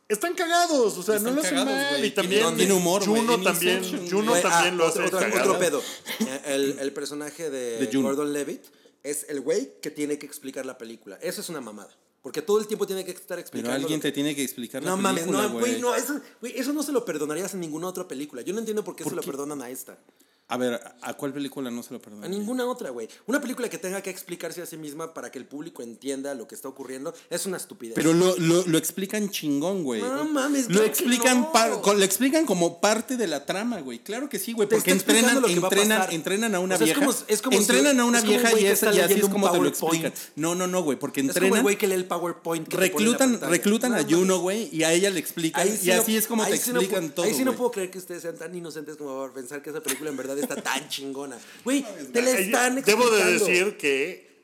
Speaker 4: Están cagados, o sea,
Speaker 2: Están
Speaker 4: no lo hacen
Speaker 2: cagados,
Speaker 4: mal.
Speaker 2: güey.
Speaker 4: Y también
Speaker 2: Tiene- tiene humor, güey.
Speaker 4: Juno
Speaker 2: En
Speaker 4: también,
Speaker 2: Inception,
Speaker 4: Juno
Speaker 3: Güey,
Speaker 4: también
Speaker 3: ah,
Speaker 4: lo hace
Speaker 3: otro, otro-
Speaker 4: cagado.
Speaker 3: otro pedo. Eh, El, el personaje de,
Speaker 2: De Juno.
Speaker 3: Gordon Levitt es el güey que tiene que explicar la película. Eso es una mamada. Porque todo el tiempo tiene que estar explicando.
Speaker 2: Pero alguien
Speaker 3: lo que-
Speaker 2: te tiene que explicar la
Speaker 3: No mames,
Speaker 2: película,
Speaker 3: no,
Speaker 2: güey.
Speaker 3: güey, no, eso, güey, eso no se lo perdonarías en ninguna otra película. Yo no entiendo por qué se lo perdonan a esta.
Speaker 2: A ver, ¿a cuál película no se lo
Speaker 3: A
Speaker 2: perdonaría?
Speaker 3: ninguna otra, güey. Una película que tenga que explicarse a sí misma para que el público entienda lo que está ocurriendo es una estupidez.
Speaker 2: Pero lo, lo, lo explican chingón, güey.
Speaker 3: No mames,
Speaker 2: lo
Speaker 3: claro que
Speaker 2: explican,
Speaker 3: no.
Speaker 2: par- co- lo explican como parte de la trama, güey. Claro que sí, güey.
Speaker 3: Te
Speaker 2: Porque
Speaker 3: está explicando
Speaker 2: entrenan,
Speaker 3: lo que va a
Speaker 2: entrenan,
Speaker 3: pasar.
Speaker 2: entrenan a una
Speaker 3: O sea, es
Speaker 2: vieja.
Speaker 3: como- es como si-
Speaker 2: entrenan a una
Speaker 3: es como un
Speaker 2: vieja
Speaker 3: güey
Speaker 2: y,
Speaker 3: que
Speaker 2: es,
Speaker 3: está
Speaker 2: y así
Speaker 3: leyendo
Speaker 2: es
Speaker 3: un
Speaker 2: como te lo
Speaker 3: PowerPoint.
Speaker 2: explican. No, no, no, güey. Porque
Speaker 3: es como el
Speaker 2: entrenan.
Speaker 3: güey que lee el PowerPoint. que te pone en la
Speaker 2: reclutan,
Speaker 3: pantalla.
Speaker 2: reclutan a
Speaker 3: No,
Speaker 2: Juno, güey, y a ella le explican.
Speaker 3: Ahí sí
Speaker 2: y
Speaker 3: no-
Speaker 2: así es como
Speaker 3: ahí
Speaker 2: te
Speaker 3: sí no
Speaker 2: explican
Speaker 3: puedo-
Speaker 2: todo.
Speaker 3: Ahí sí no
Speaker 2: güey.
Speaker 3: puedo creer que ustedes sean tan inocentes como para pensar que esa película en verdad está tan chingona. Güey, te la
Speaker 4: Ay,
Speaker 3: están
Speaker 4: Debo de
Speaker 3: explicando.
Speaker 4: decir que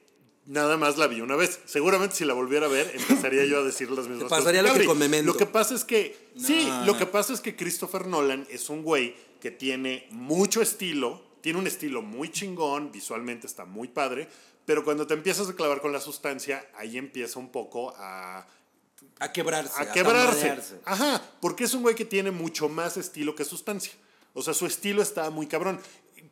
Speaker 4: nada más la vi una vez. Seguramente si la volviera a ver, empezaría yo a decir las mismas
Speaker 3: pasaría lo que
Speaker 4: Gabri,
Speaker 3: con Memento.
Speaker 4: Lo que pasa es que, sí,
Speaker 2: No,
Speaker 4: lo
Speaker 2: no.
Speaker 4: que pasa es que Christopher Nolan es un güey que tiene mucho estilo, tiene un estilo muy chingón, visualmente está muy padre, pero cuando te empiezas a clavar con la sustancia, ahí empieza un poco a
Speaker 3: A quebrarse.
Speaker 4: a quebrarse.
Speaker 3: tambalearse.
Speaker 4: Ajá, porque es un güey que tiene mucho más estilo que sustancia. O sea, su estilo está muy cabrón.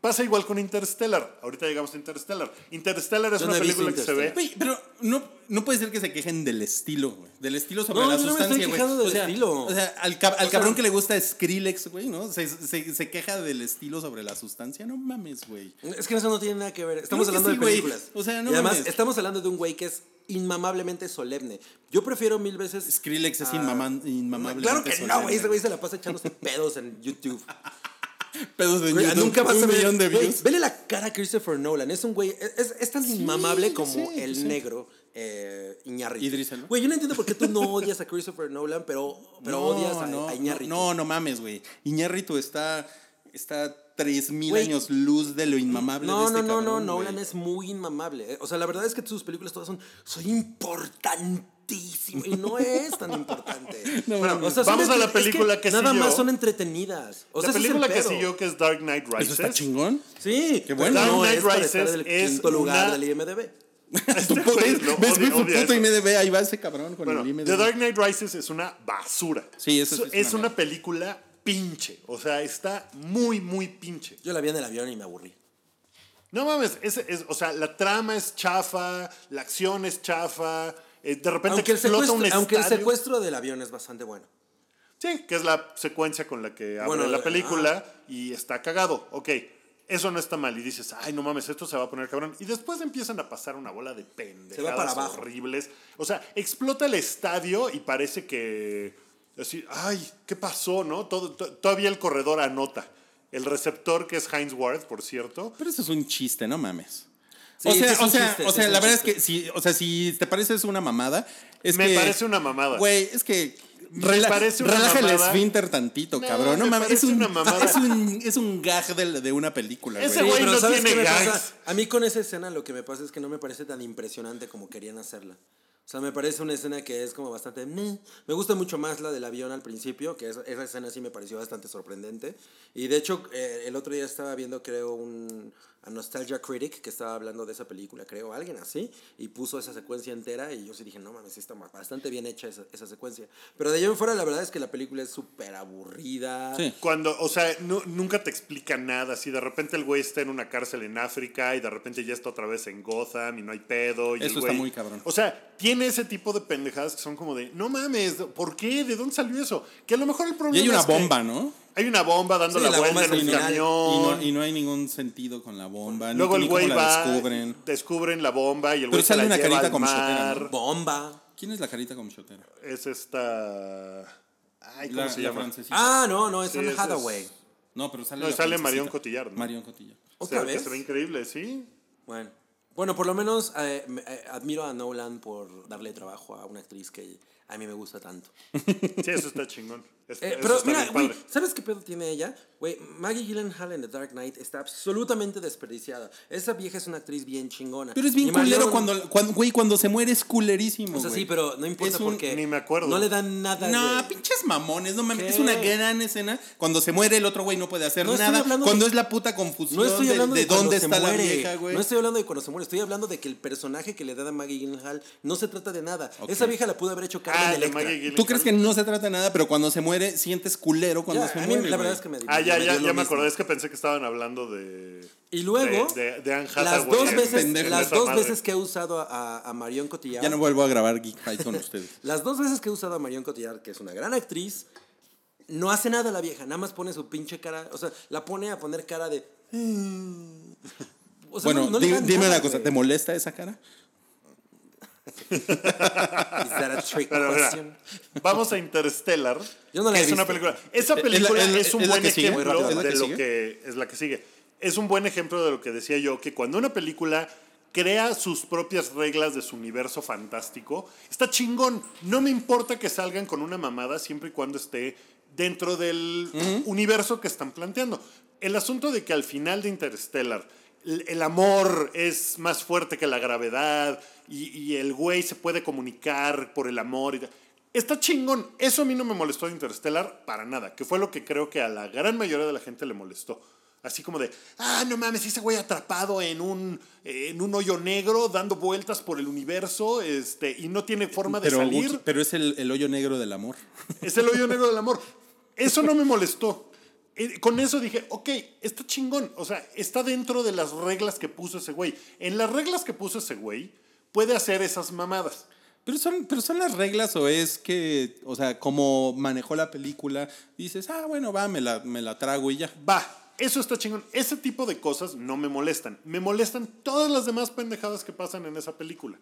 Speaker 4: Pasa igual con Interstellar. Ahorita llegamos a Interstellar. Interstellar es
Speaker 3: Yo no
Speaker 4: una
Speaker 3: he visto
Speaker 4: película que se ve.
Speaker 2: Güey, pero no, no puede ser que se quejen del estilo, güey. Del estilo sobre
Speaker 3: No,
Speaker 2: la
Speaker 3: yo no me
Speaker 2: sustancia,
Speaker 3: estoy
Speaker 2: güey.
Speaker 3: quejando del
Speaker 2: o sea,
Speaker 3: estilo.
Speaker 2: O sea, al, cab- al
Speaker 3: O sea-
Speaker 2: cabrón que le gusta Skrillex, güey, ¿no? Se, se, se queja del estilo sobre la sustancia. No mames, güey.
Speaker 3: Es que eso no tiene nada que ver. Estamos
Speaker 2: Claro que
Speaker 3: hablando
Speaker 2: sí,
Speaker 3: de
Speaker 2: güey.
Speaker 3: películas.
Speaker 2: O sea, no
Speaker 3: y además,
Speaker 2: mames.
Speaker 3: estamos hablando de un güey que es inmamablemente solemne. Yo prefiero mil veces.
Speaker 2: Skrillex es
Speaker 3: Ah.
Speaker 2: inmaman- inmamable.
Speaker 3: Claro que no, güey. Ese güey
Speaker 2: güey.
Speaker 3: se la pasa echándose pedos en YouTube.
Speaker 2: Pedos de
Speaker 3: Güey,
Speaker 2: YouTube,
Speaker 3: nunca vas
Speaker 2: un
Speaker 3: a ver.
Speaker 2: millón de
Speaker 3: güey,
Speaker 2: views.
Speaker 3: vele la cara a Christopher Nolan. Es un güey. Es, es- es tan inmamable
Speaker 2: yo
Speaker 3: como
Speaker 2: sé,
Speaker 3: el
Speaker 2: yo sé.
Speaker 3: negro. Eh, Iñárritu.
Speaker 2: Idris Elba.
Speaker 3: Güey, yo no entiendo por qué tú no odias a Christopher Nolan, pero, pero odias a,
Speaker 2: no,
Speaker 3: a Iñárritu.
Speaker 2: No, no mames, güey. Iñárritu está, está 3.000
Speaker 3: Güey.
Speaker 2: años luz de lo inmamable de
Speaker 3: No,
Speaker 2: este
Speaker 3: no, no, no,
Speaker 2: cabrón, güey.
Speaker 3: Nolan es muy inmamable. eh. O sea, la verdad es que sus películas todas son, soy importantísimo y no es tan importante.
Speaker 2: No,
Speaker 4: Bueno,
Speaker 2: mames.
Speaker 3: O sea, son
Speaker 4: Vamos a la
Speaker 3: entre- es
Speaker 4: película que
Speaker 3: Nada
Speaker 4: siguió.
Speaker 3: más son entretenidas. O sea, ese
Speaker 4: la
Speaker 3: es el
Speaker 4: película que
Speaker 3: pedo.
Speaker 4: siguió, que es Dark Knight
Speaker 2: ¿Eso está
Speaker 4: Rises.
Speaker 2: chingón?
Speaker 3: Sí,
Speaker 2: Qué bueno.
Speaker 3: pero no
Speaker 4: Dark
Speaker 3: es
Speaker 4: Knight
Speaker 3: para estar
Speaker 4: Rises
Speaker 3: del
Speaker 4: es
Speaker 3: quinto lugar
Speaker 4: una-
Speaker 3: del IMDb.
Speaker 2: Tu
Speaker 4: Este
Speaker 2: pu-
Speaker 4: güey
Speaker 2: ¿Ves,
Speaker 4: lo
Speaker 2: ves
Speaker 4: odia-
Speaker 2: su
Speaker 4: odia
Speaker 2: puto
Speaker 4: eso.
Speaker 2: IMDB? Ahí va ese cabrón con
Speaker 4: Bueno,
Speaker 2: el IMDB.
Speaker 4: The Dark Knight Rises es una basura.
Speaker 2: Sí, eso sí
Speaker 4: es,
Speaker 2: es una
Speaker 4: una
Speaker 2: mierda.
Speaker 4: película pinche. O sea, está muy, muy pinche.
Speaker 3: Yo la vi en el avión y me aburrí.
Speaker 4: No mames, es, es- o sea, la trama es chafa, la acción es chafa, eh, de repente
Speaker 3: Aunque el,
Speaker 4: explota
Speaker 3: secuestro,
Speaker 4: un
Speaker 3: aunque el
Speaker 4: estadio.
Speaker 3: secuestro del avión es bastante bueno.
Speaker 4: Sí, que es la secuencia con la que abre
Speaker 3: Bueno,
Speaker 4: la
Speaker 3: ah.
Speaker 4: película y está cagado. Ok, eso no está mal. Y dices, ay, no mames, esto se va a poner cabrón. Y después empiezan a pasar una bola de pendejadas
Speaker 3: para abajo.
Speaker 4: horribles. O sea, explota el estadio y parece que. Así, ay, ¿qué pasó, no? Todo, to- todavía el corredor anota. El receptor, que es Heinz Ward, por cierto.
Speaker 2: Pero eso es un chiste, no mames.
Speaker 3: Sí,
Speaker 2: o
Speaker 3: sí
Speaker 2: sea,
Speaker 3: es
Speaker 2: o
Speaker 3: un
Speaker 2: sea,
Speaker 3: chiste,
Speaker 2: o
Speaker 3: sí
Speaker 2: sea
Speaker 3: es
Speaker 2: la
Speaker 3: un
Speaker 2: verdad es
Speaker 3: chiste.
Speaker 2: que si, o sea, si te parece es una mamada, es
Speaker 4: Me
Speaker 2: que-
Speaker 4: parece una mamada.
Speaker 2: Güey, es que
Speaker 4: Me
Speaker 2: rela-
Speaker 4: parece una
Speaker 2: relaja el
Speaker 4: mamada.
Speaker 2: esfínter tantito,
Speaker 4: No,
Speaker 2: cabrón. No
Speaker 4: me
Speaker 2: mames, es
Speaker 4: parece
Speaker 2: un,
Speaker 4: una mamada.
Speaker 2: es un es un gag de, de una película,
Speaker 4: Ese
Speaker 2: güey.
Speaker 4: güey
Speaker 3: pero
Speaker 4: no
Speaker 3: ¿sabes
Speaker 4: tiene
Speaker 3: qué me
Speaker 4: gags.
Speaker 3: pasa? A mí con esa escena lo que me pasa es que no me parece tan impresionante como querían hacerla. O sea, me parece una escena que es como bastante... meh. Me gusta mucho más la del avión al principio, que esa, esa escena sí me pareció bastante sorprendente. Y de hecho, eh, el otro día estaba viendo, creo, un a Nostalgia Critic que estaba hablando de esa película, creo, alguien así, y puso esa secuencia entera y yo sí dije, no mames, sí está bastante bien hecha esa, esa secuencia. Pero de ahí en fuera, la verdad es que la película es súper aburrida.
Speaker 2: Sí.
Speaker 4: Cuando, o sea, nu- nunca te explica nada. Si de repente el güey está en una cárcel en África y de repente ya está otra vez en Gotham y no hay pedo. Y el
Speaker 2: Eso está
Speaker 4: güey-
Speaker 2: muy cabrón.
Speaker 4: O sea, tiene ese tipo de pendejadas que son como de, no mames, ¿por qué? ¿De dónde salió eso? Que a lo mejor el problema.
Speaker 2: Y hay una
Speaker 4: es que
Speaker 2: bomba, ¿no?
Speaker 4: Hay una bomba dando
Speaker 3: Sí,
Speaker 4: la,
Speaker 3: la
Speaker 4: vuelta
Speaker 3: bomba es
Speaker 4: en un
Speaker 3: el final.
Speaker 4: camión.
Speaker 3: Y
Speaker 2: Y no, y no hay ningún sentido con la bomba.
Speaker 4: Luego
Speaker 2: ni, ni
Speaker 4: el
Speaker 2: cómo
Speaker 4: güey
Speaker 2: la
Speaker 4: va,
Speaker 2: descubren.
Speaker 4: descubren la bomba y
Speaker 2: Pero
Speaker 4: el güey se
Speaker 2: sale
Speaker 4: la
Speaker 2: una
Speaker 4: lleva
Speaker 2: carita
Speaker 4: al
Speaker 2: como
Speaker 4: mar.
Speaker 2: chotera,
Speaker 3: Bomba.
Speaker 2: ¿Quién es la carita como chotera?
Speaker 4: Es esta. Ay, ¿cómo
Speaker 2: La,
Speaker 4: se
Speaker 2: la
Speaker 4: llama?
Speaker 2: francesita.
Speaker 3: Ah, no, no, es
Speaker 4: Sí,
Speaker 3: Anne
Speaker 4: ese es-
Speaker 3: Hathaway.
Speaker 2: No, pero sale
Speaker 4: No,
Speaker 2: la
Speaker 4: sale
Speaker 2: francesita.
Speaker 4: Marion Cotillard, ¿no?
Speaker 2: Marion Cotillard.
Speaker 3: ¿Otra
Speaker 4: se, ve-
Speaker 3: vez?
Speaker 4: se ve increíble, ¿sí?
Speaker 3: Bueno. Bueno, por lo menos eh, me- eh, admiro a Nolan por darle trabajo a una actriz que a mí me gusta tanto.
Speaker 4: Sí, eso está chingón. Es-
Speaker 3: Eh,
Speaker 4: eso
Speaker 3: pero
Speaker 4: está
Speaker 3: mira,
Speaker 4: bien
Speaker 3: güey,
Speaker 4: padre.
Speaker 3: ¿sabes qué pedo tiene ella? Güey, Maggie Gyllenhaal en The Dark Knight está absolutamente desperdiciada. Esa vieja es una actriz bien chingona.
Speaker 2: Pero es bien
Speaker 3: Y
Speaker 2: culero
Speaker 3: Marion-
Speaker 2: cuando, cuando- güey, cuando se muere es culerísimo.
Speaker 3: O sea,
Speaker 2: güey.
Speaker 3: sí, pero no importa
Speaker 2: Es un-
Speaker 3: porque...
Speaker 4: ni me acuerdo.
Speaker 3: No le dan nada,
Speaker 2: No,
Speaker 3: güey.
Speaker 2: pinches mamones, no mames.
Speaker 3: ¿Qué?
Speaker 2: Es una gran escena. Cuando se muere el otro güey no puede hacer
Speaker 3: No estoy
Speaker 2: nada.
Speaker 3: hablando
Speaker 2: Cuando
Speaker 3: de-
Speaker 2: es la puta confusión
Speaker 3: No estoy
Speaker 2: de,
Speaker 3: hablando de,
Speaker 2: de dónde
Speaker 3: cuando
Speaker 2: está
Speaker 3: se
Speaker 2: la
Speaker 3: muere.
Speaker 2: vieja, güey.
Speaker 3: No estoy hablando de cuando se muere. Estoy hablando de que el personaje que le da a Maggie Gyllenhaal no se trata de nada.
Speaker 2: Ok.
Speaker 3: Esa vieja la pudo haber hecho Carmen
Speaker 4: Ah, de
Speaker 3: Electra.
Speaker 4: Maggie
Speaker 2: Tú crees que no se trata de nada, pero cuando se muere sientes culero cuando
Speaker 3: Ya,
Speaker 2: se
Speaker 3: a mí
Speaker 2: muere.
Speaker 3: la
Speaker 2: güey.
Speaker 3: verdad es que me
Speaker 4: Ah, ya,
Speaker 3: me
Speaker 4: ya,
Speaker 3: dio lo
Speaker 4: ya
Speaker 3: mismo.
Speaker 4: me acordé. Es que pensé que estaban hablando de.
Speaker 3: Y luego,
Speaker 4: De, de, de Anne
Speaker 3: las
Speaker 4: Hathaway
Speaker 3: dos
Speaker 4: en-
Speaker 3: veces,
Speaker 4: en
Speaker 3: las
Speaker 4: esa
Speaker 3: dos
Speaker 4: madre.
Speaker 3: veces que he usado a, a Marion Cotillard,
Speaker 2: Ya no vuelvo a grabar Geek Fight con ustedes.
Speaker 3: las dos veces que he usado a Marion Cotillard, que es una gran actriz, no hace nada la vieja, nada más pone su pinche cara, o sea, la pone a poner cara de O sea,
Speaker 2: bueno,
Speaker 3: no- no le
Speaker 2: di-
Speaker 3: dan
Speaker 2: dime
Speaker 3: nada,
Speaker 2: una cosa,
Speaker 3: güey.
Speaker 2: ¿te molesta esa cara?
Speaker 3: Is that a trick
Speaker 4: Pero, mira,
Speaker 3: question?
Speaker 4: vamos a Interstellar.
Speaker 3: Yo no la
Speaker 4: que
Speaker 3: he
Speaker 4: es una
Speaker 3: visto.
Speaker 4: película. Esa
Speaker 2: ¿Es la-
Speaker 4: película
Speaker 2: es la-
Speaker 4: es un
Speaker 2: es la
Speaker 4: buen
Speaker 2: que sigue?
Speaker 4: ejemplo
Speaker 2: ¿Es la
Speaker 4: de
Speaker 2: que
Speaker 4: lo
Speaker 2: sigue?
Speaker 4: que es la que sigue. Es un buen ejemplo de lo que decía yo, que cuando una película crea sus propias reglas de su universo fantástico, está chingón. No me importa que salgan con una mamada siempre y cuando esté dentro del universo que están planteando. El asunto de que al final de Interstellar el el amor es más fuerte que la gravedad y, y el güey se puede comunicar por el amor. y tal. Está chingón. Eso a mí no me molestó de Interstellar para nada, que fue lo que creo que a la gran mayoría de la gente le molestó. Así como de, ah, no mames, ese güey atrapado en un, eh, en un hoyo negro, dando vueltas por el universo, este, y no tiene forma de
Speaker 2: Pero,
Speaker 4: salir.
Speaker 2: pero es el, el hoyo negro del amor.
Speaker 4: Es el hoyo negro del amor. Eso no me molestó. Eh, Con eso dije, ok, está chingón. O sea, está dentro de las reglas que puso ese güey. En las reglas que puso ese güey, puede hacer esas mamadas.
Speaker 2: Pero son, pero son las reglas o es que, o sea, como manejó la película, dices, ah, bueno, va, me la, me la trago y ya.
Speaker 4: Va, eso está chingón. Ese tipo de cosas no me molestan. Me molestan todas las demás pendejadas que pasan en esa película.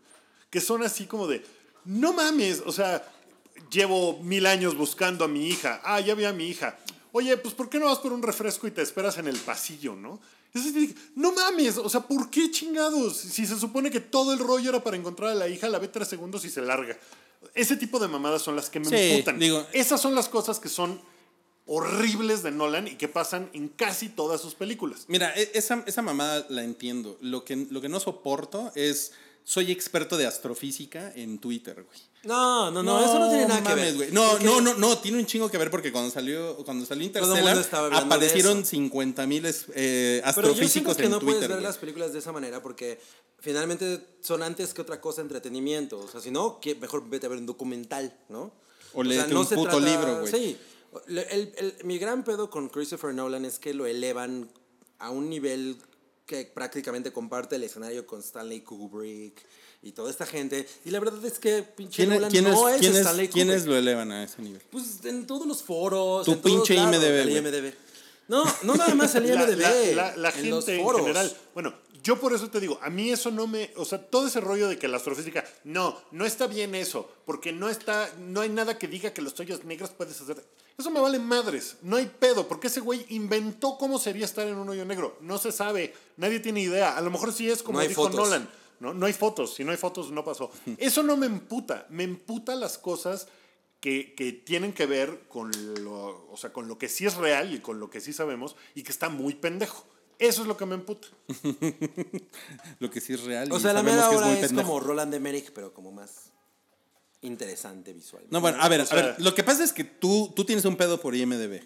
Speaker 4: Que son así como de, no mames, o sea, llevo mil años buscando a mi hija. Ah, ya vi a mi hija. Oye, pues ¿por qué no vas por un refresco y te esperas en el pasillo, no? Es así, no mames, o sea, ¿por qué chingados? Si se supone que todo el rollo era para encontrar a la hija, la ve tres segundos y se larga. Ese tipo de mamadas son las que me
Speaker 2: Sí,
Speaker 4: emputan.
Speaker 2: digo-
Speaker 4: Esas son las cosas que son horribles de Nolan y que pasan en casi todas sus películas.
Speaker 2: Mira, e- esa, esa mamada la entiendo. Lo que, lo que no soporto es, soy experto de astrofísica en Twitter, güey.
Speaker 3: No, no, no, eso no tiene nada que
Speaker 2: mames,
Speaker 3: ver.
Speaker 2: güey. No,
Speaker 3: Porque-
Speaker 2: no, no, no, tiene un chingo que ver porque cuando salió, cuando salió
Speaker 3: el mundo
Speaker 2: Interstellar
Speaker 3: estaba hablando de
Speaker 2: aparecieron
Speaker 3: eso.
Speaker 2: 50 mil eh,
Speaker 3: Pero yo siento
Speaker 2: astrofísicos
Speaker 3: que
Speaker 2: en
Speaker 3: no puedes
Speaker 2: Twitter.
Speaker 3: ver
Speaker 2: güey.
Speaker 3: las películas de esa manera porque finalmente son antes que otra cosa entretenimiento. O sea, si no, que mejor vete a ver un documental, ¿no?
Speaker 2: O
Speaker 3: sea,
Speaker 2: léete
Speaker 3: no
Speaker 2: un
Speaker 3: se
Speaker 2: puto libro, güey.
Speaker 3: Sí. Le- el- el- mi gran pedo con Christopher Nolan es que lo elevan a un nivel que prácticamente comparte el escenario con Stanley Kubrick y toda esta gente. Y la verdad es que pinche
Speaker 2: ¿Quién-
Speaker 3: Nolan
Speaker 2: quiénes-
Speaker 3: no es,
Speaker 2: quiénes-
Speaker 3: Stanley Kubrick.
Speaker 2: ¿Quiénes lo elevan a ese nivel?
Speaker 3: Pues en todos los foros.
Speaker 2: Tu
Speaker 3: en todos
Speaker 2: pinche
Speaker 3: lados,
Speaker 2: IMDb,
Speaker 3: el
Speaker 2: güey.
Speaker 3: IMDb. No, no nada más el
Speaker 4: La,
Speaker 3: IMDb.
Speaker 4: la- la- la
Speaker 3: en los
Speaker 4: gente en
Speaker 3: foros.
Speaker 4: general. Bueno, yo por eso te digo, a mí eso no me. O sea, todo ese rollo de que la astrofísica. No, no está bien eso. Porque no está. No hay nada que diga que los hoyos negros puedes hacer. Eso me vale madres. No hay pedo. Porque ese güey inventó cómo sería estar en un hoyo negro. No se sabe. Nadie tiene idea. A lo mejor sí es como
Speaker 3: No hay
Speaker 4: dijo
Speaker 3: fotos.
Speaker 4: Nolan. ¿no? no hay fotos. Si no hay fotos, no pasó. Eso no me emputa. Me emputa las cosas que, que tienen que ver con lo, o sea, con lo que sí es real y con lo que sí sabemos y que está muy pendejo. Eso es lo que me emputa.
Speaker 2: Lo que sí es real.
Speaker 3: O
Speaker 2: y
Speaker 3: sea, la
Speaker 2: sabemos
Speaker 3: mera
Speaker 2: que
Speaker 3: hora
Speaker 2: muy
Speaker 3: es,
Speaker 2: pendejo.
Speaker 3: como Roland Emmerich, pero como más interesante visualmente.
Speaker 2: No, bueno, a ver,
Speaker 4: O sea-
Speaker 2: a ver. Lo que pasa es que tú, tú tienes un pedo por IMDB.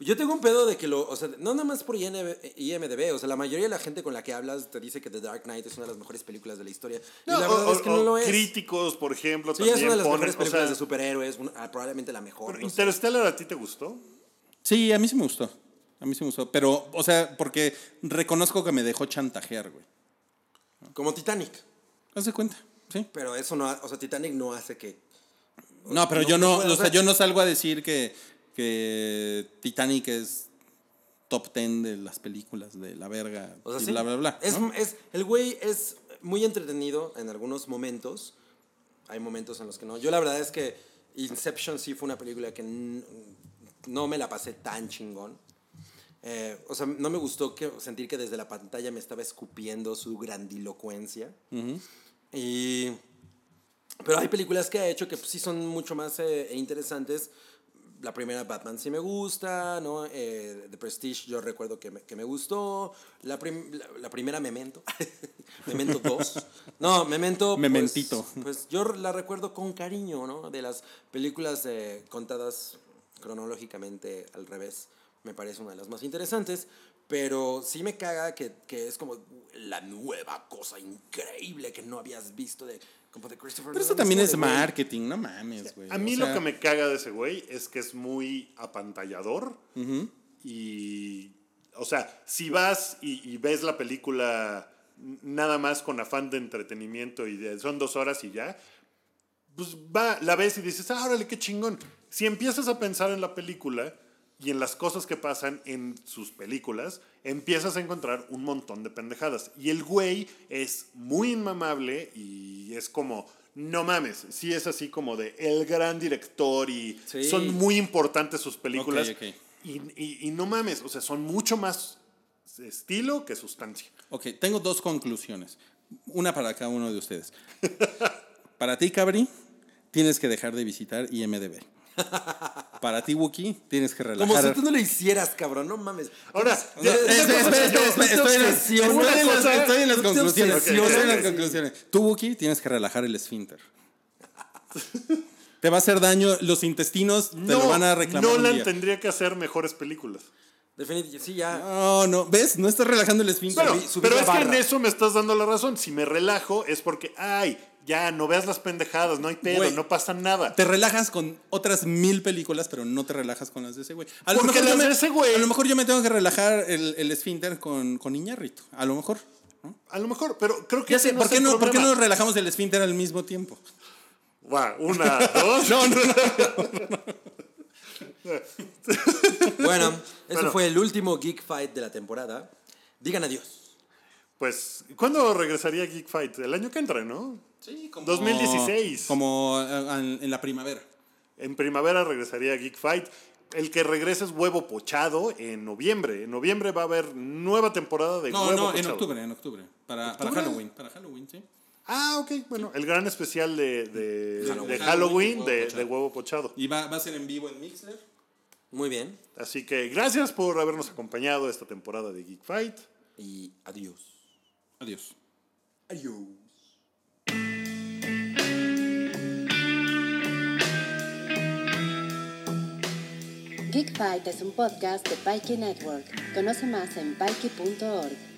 Speaker 3: Yo tengo un pedo de que lo, o sea, no nada más por INB IMDB, o sea, la mayoría de la gente con la que hablas te dice que The Dark Knight es una de las mejores películas de la historia. y la
Speaker 4: O-
Speaker 3: verdad
Speaker 4: o-
Speaker 3: es que
Speaker 4: o
Speaker 3: no lo es.
Speaker 4: Críticos, por ejemplo,
Speaker 3: Sí,
Speaker 4: también
Speaker 3: es una de las
Speaker 4: ponen,
Speaker 3: mejores
Speaker 4: o
Speaker 3: películas
Speaker 4: sea,
Speaker 3: de superhéroes, una- ah, probablemente la mejor.
Speaker 4: pero
Speaker 3: no sé.
Speaker 4: Interstellar a ti te gustó.
Speaker 2: Sí, a mí sí me gustó. A mí sí me gustó. Pero, o sea, porque reconozco que me dejó chantajear, güey.
Speaker 3: Como Titanic.
Speaker 2: Haz de cuenta, ¿sí?
Speaker 3: Pero eso no, ha- o sea, Titanic no hace que
Speaker 2: No, pero
Speaker 3: No,
Speaker 2: yo no,
Speaker 3: no puedo,
Speaker 2: o sea,
Speaker 3: o sea-
Speaker 2: yo no salgo a decir que, que Titanic es top 10 de las películas de la verga
Speaker 3: O sea,
Speaker 2: y
Speaker 3: sí.
Speaker 2: bla, bla, bla.
Speaker 3: Es,
Speaker 2: ¿no?
Speaker 3: es- el güey es muy entretenido en algunos momentos. Hay momentos en los que no. Yo la verdad es que Inception sí fue una película que n- no me la pasé tan chingón. Eh, o sea, no me gustó que, sentir que desde la pantalla me estaba escupiendo su grandilocuencia. Y... Pero hay películas que ha hecho que pues, sí son mucho más eh, interesantes. La primera Batman sí me gusta, ¿no? Eh, The Prestige yo recuerdo que me, que me gustó. La, prim- la- la primera Memento. Memento 2. No, Memento. pues,
Speaker 2: Mementito.
Speaker 3: Pues, yo la recuerdo con cariño, ¿no? De las películas eh, contadas cronológicamente al revés. Me parece una de las más interesantes. Pero sí me caga que, que es como la nueva cosa increíble que no habías visto de, como de Christopher
Speaker 2: pero eso
Speaker 3: Nolan.
Speaker 2: también es
Speaker 3: como de, güey,
Speaker 2: marketing, no mames, güey.
Speaker 4: A
Speaker 2: o
Speaker 4: mí
Speaker 2: sea,
Speaker 4: lo que me caga de ese güey es que es muy apantallador y, o sea, si vas y, y ves la película n- nada más con afán de entretenimiento y de- son dos horas y ya, pues va, la ves y dices, ah, órale, qué chingón. Si empiezas a pensar en la película y en las cosas que pasan en sus películas, empiezas a encontrar un montón de pendejadas. Y el güey es muy inmamable y es como, no mames, sí es así como de el gran director y
Speaker 3: Sí.
Speaker 4: son muy importantes sus películas.
Speaker 2: Ok, ok.
Speaker 4: Y, y- y no mames, o sea, son mucho más estilo que sustancia.
Speaker 2: Ok, tengo dos conclusiones. Una para cada uno de ustedes. Para ti, Cabri, tienes que dejar de visitar IMDB. Para ti, Wookie, tienes que relajar.
Speaker 3: Como si tú no lo hicieras, cabrón, no mames.
Speaker 4: Ahora,
Speaker 3: no,
Speaker 4: ya-
Speaker 2: Espera,
Speaker 4: ya-
Speaker 3: es-
Speaker 2: espera,
Speaker 3: es-
Speaker 2: espera, espera,
Speaker 3: Tú te
Speaker 2: estoy en las-
Speaker 3: obsesionas.
Speaker 2: estoy en las-
Speaker 3: Una cosa-
Speaker 2: Estoy en las
Speaker 3: tú te
Speaker 2: conclusiones.
Speaker 4: obsesionas.
Speaker 2: Yo estoy en las
Speaker 4: Ok, ok.
Speaker 2: conclusiones. Tú, Wookie, tienes que relajar el esfínter. Te va a hacer daño los intestinos, te lo van a reclamar. un
Speaker 4: Nolan
Speaker 2: día.
Speaker 4: tendría que hacer mejores películas.
Speaker 3: Definitivamente, sí, ya.
Speaker 2: No, no, ¿ves? No estás relajando el esfínter.
Speaker 4: Bueno,
Speaker 3: subí- subí
Speaker 4: pero
Speaker 3: la
Speaker 4: es que en
Speaker 3: barra.
Speaker 4: eso me estás dando la razón. Si me relajo es porque, ay, ya no veas las pendejadas, no hay pedo,
Speaker 2: Güey.
Speaker 4: no pasa nada.
Speaker 2: Te relajas con otras mil películas, pero no te relajas con las de ese güey. A lo,
Speaker 4: Porque
Speaker 2: mejor yo
Speaker 4: las
Speaker 2: me,
Speaker 4: de ese güey-
Speaker 2: a lo mejor yo me tengo que relajar el, el esfínter con, con Iñárritu. A lo mejor.
Speaker 4: A lo mejor, pero creo que
Speaker 2: Ya
Speaker 4: ese
Speaker 2: sé, ¿por,
Speaker 4: es
Speaker 2: qué
Speaker 4: el
Speaker 2: no, ¿por qué no
Speaker 4: problema.
Speaker 2: relajamos el esfínter al mismo tiempo?
Speaker 4: Va, una, dos. no,
Speaker 3: Bueno, eso
Speaker 4: Bueno.
Speaker 3: fue el último Geek Fight de la temporada. Digan adiós.
Speaker 4: Pues, ¿cuándo regresaría Geek Fight? El año que entra, ¿no?
Speaker 3: Sí, como...
Speaker 4: 2016.
Speaker 2: Como, como, eh, en, en la primavera.
Speaker 4: En primavera regresaría Geek Fight. El que regrese es Huevo Pochado en noviembre. En noviembre va a haber nueva temporada de
Speaker 2: No,
Speaker 4: Huevo pues,
Speaker 2: no, en
Speaker 4: Pochado.
Speaker 2: octubre, en octubre. Para, para
Speaker 4: ¿Octubre?
Speaker 2: Halloween. Para Halloween, sí.
Speaker 4: Ah, ok. Bueno, el gran especial de, de-
Speaker 2: Halloween.
Speaker 4: de Halloween
Speaker 2: Halloween
Speaker 4: de,
Speaker 2: de Huevo
Speaker 4: de Huevo Pochado.
Speaker 2: Y va, va a ser en vivo en Mixler.
Speaker 3: Muy bien.
Speaker 4: Así que gracias por habernos acompañado esta temporada de Geek Fight.
Speaker 3: Y adiós.
Speaker 2: Adiós.
Speaker 3: Adiós.
Speaker 1: Geek Fight es un podcast de Paike Network. Conoce más en paike.org.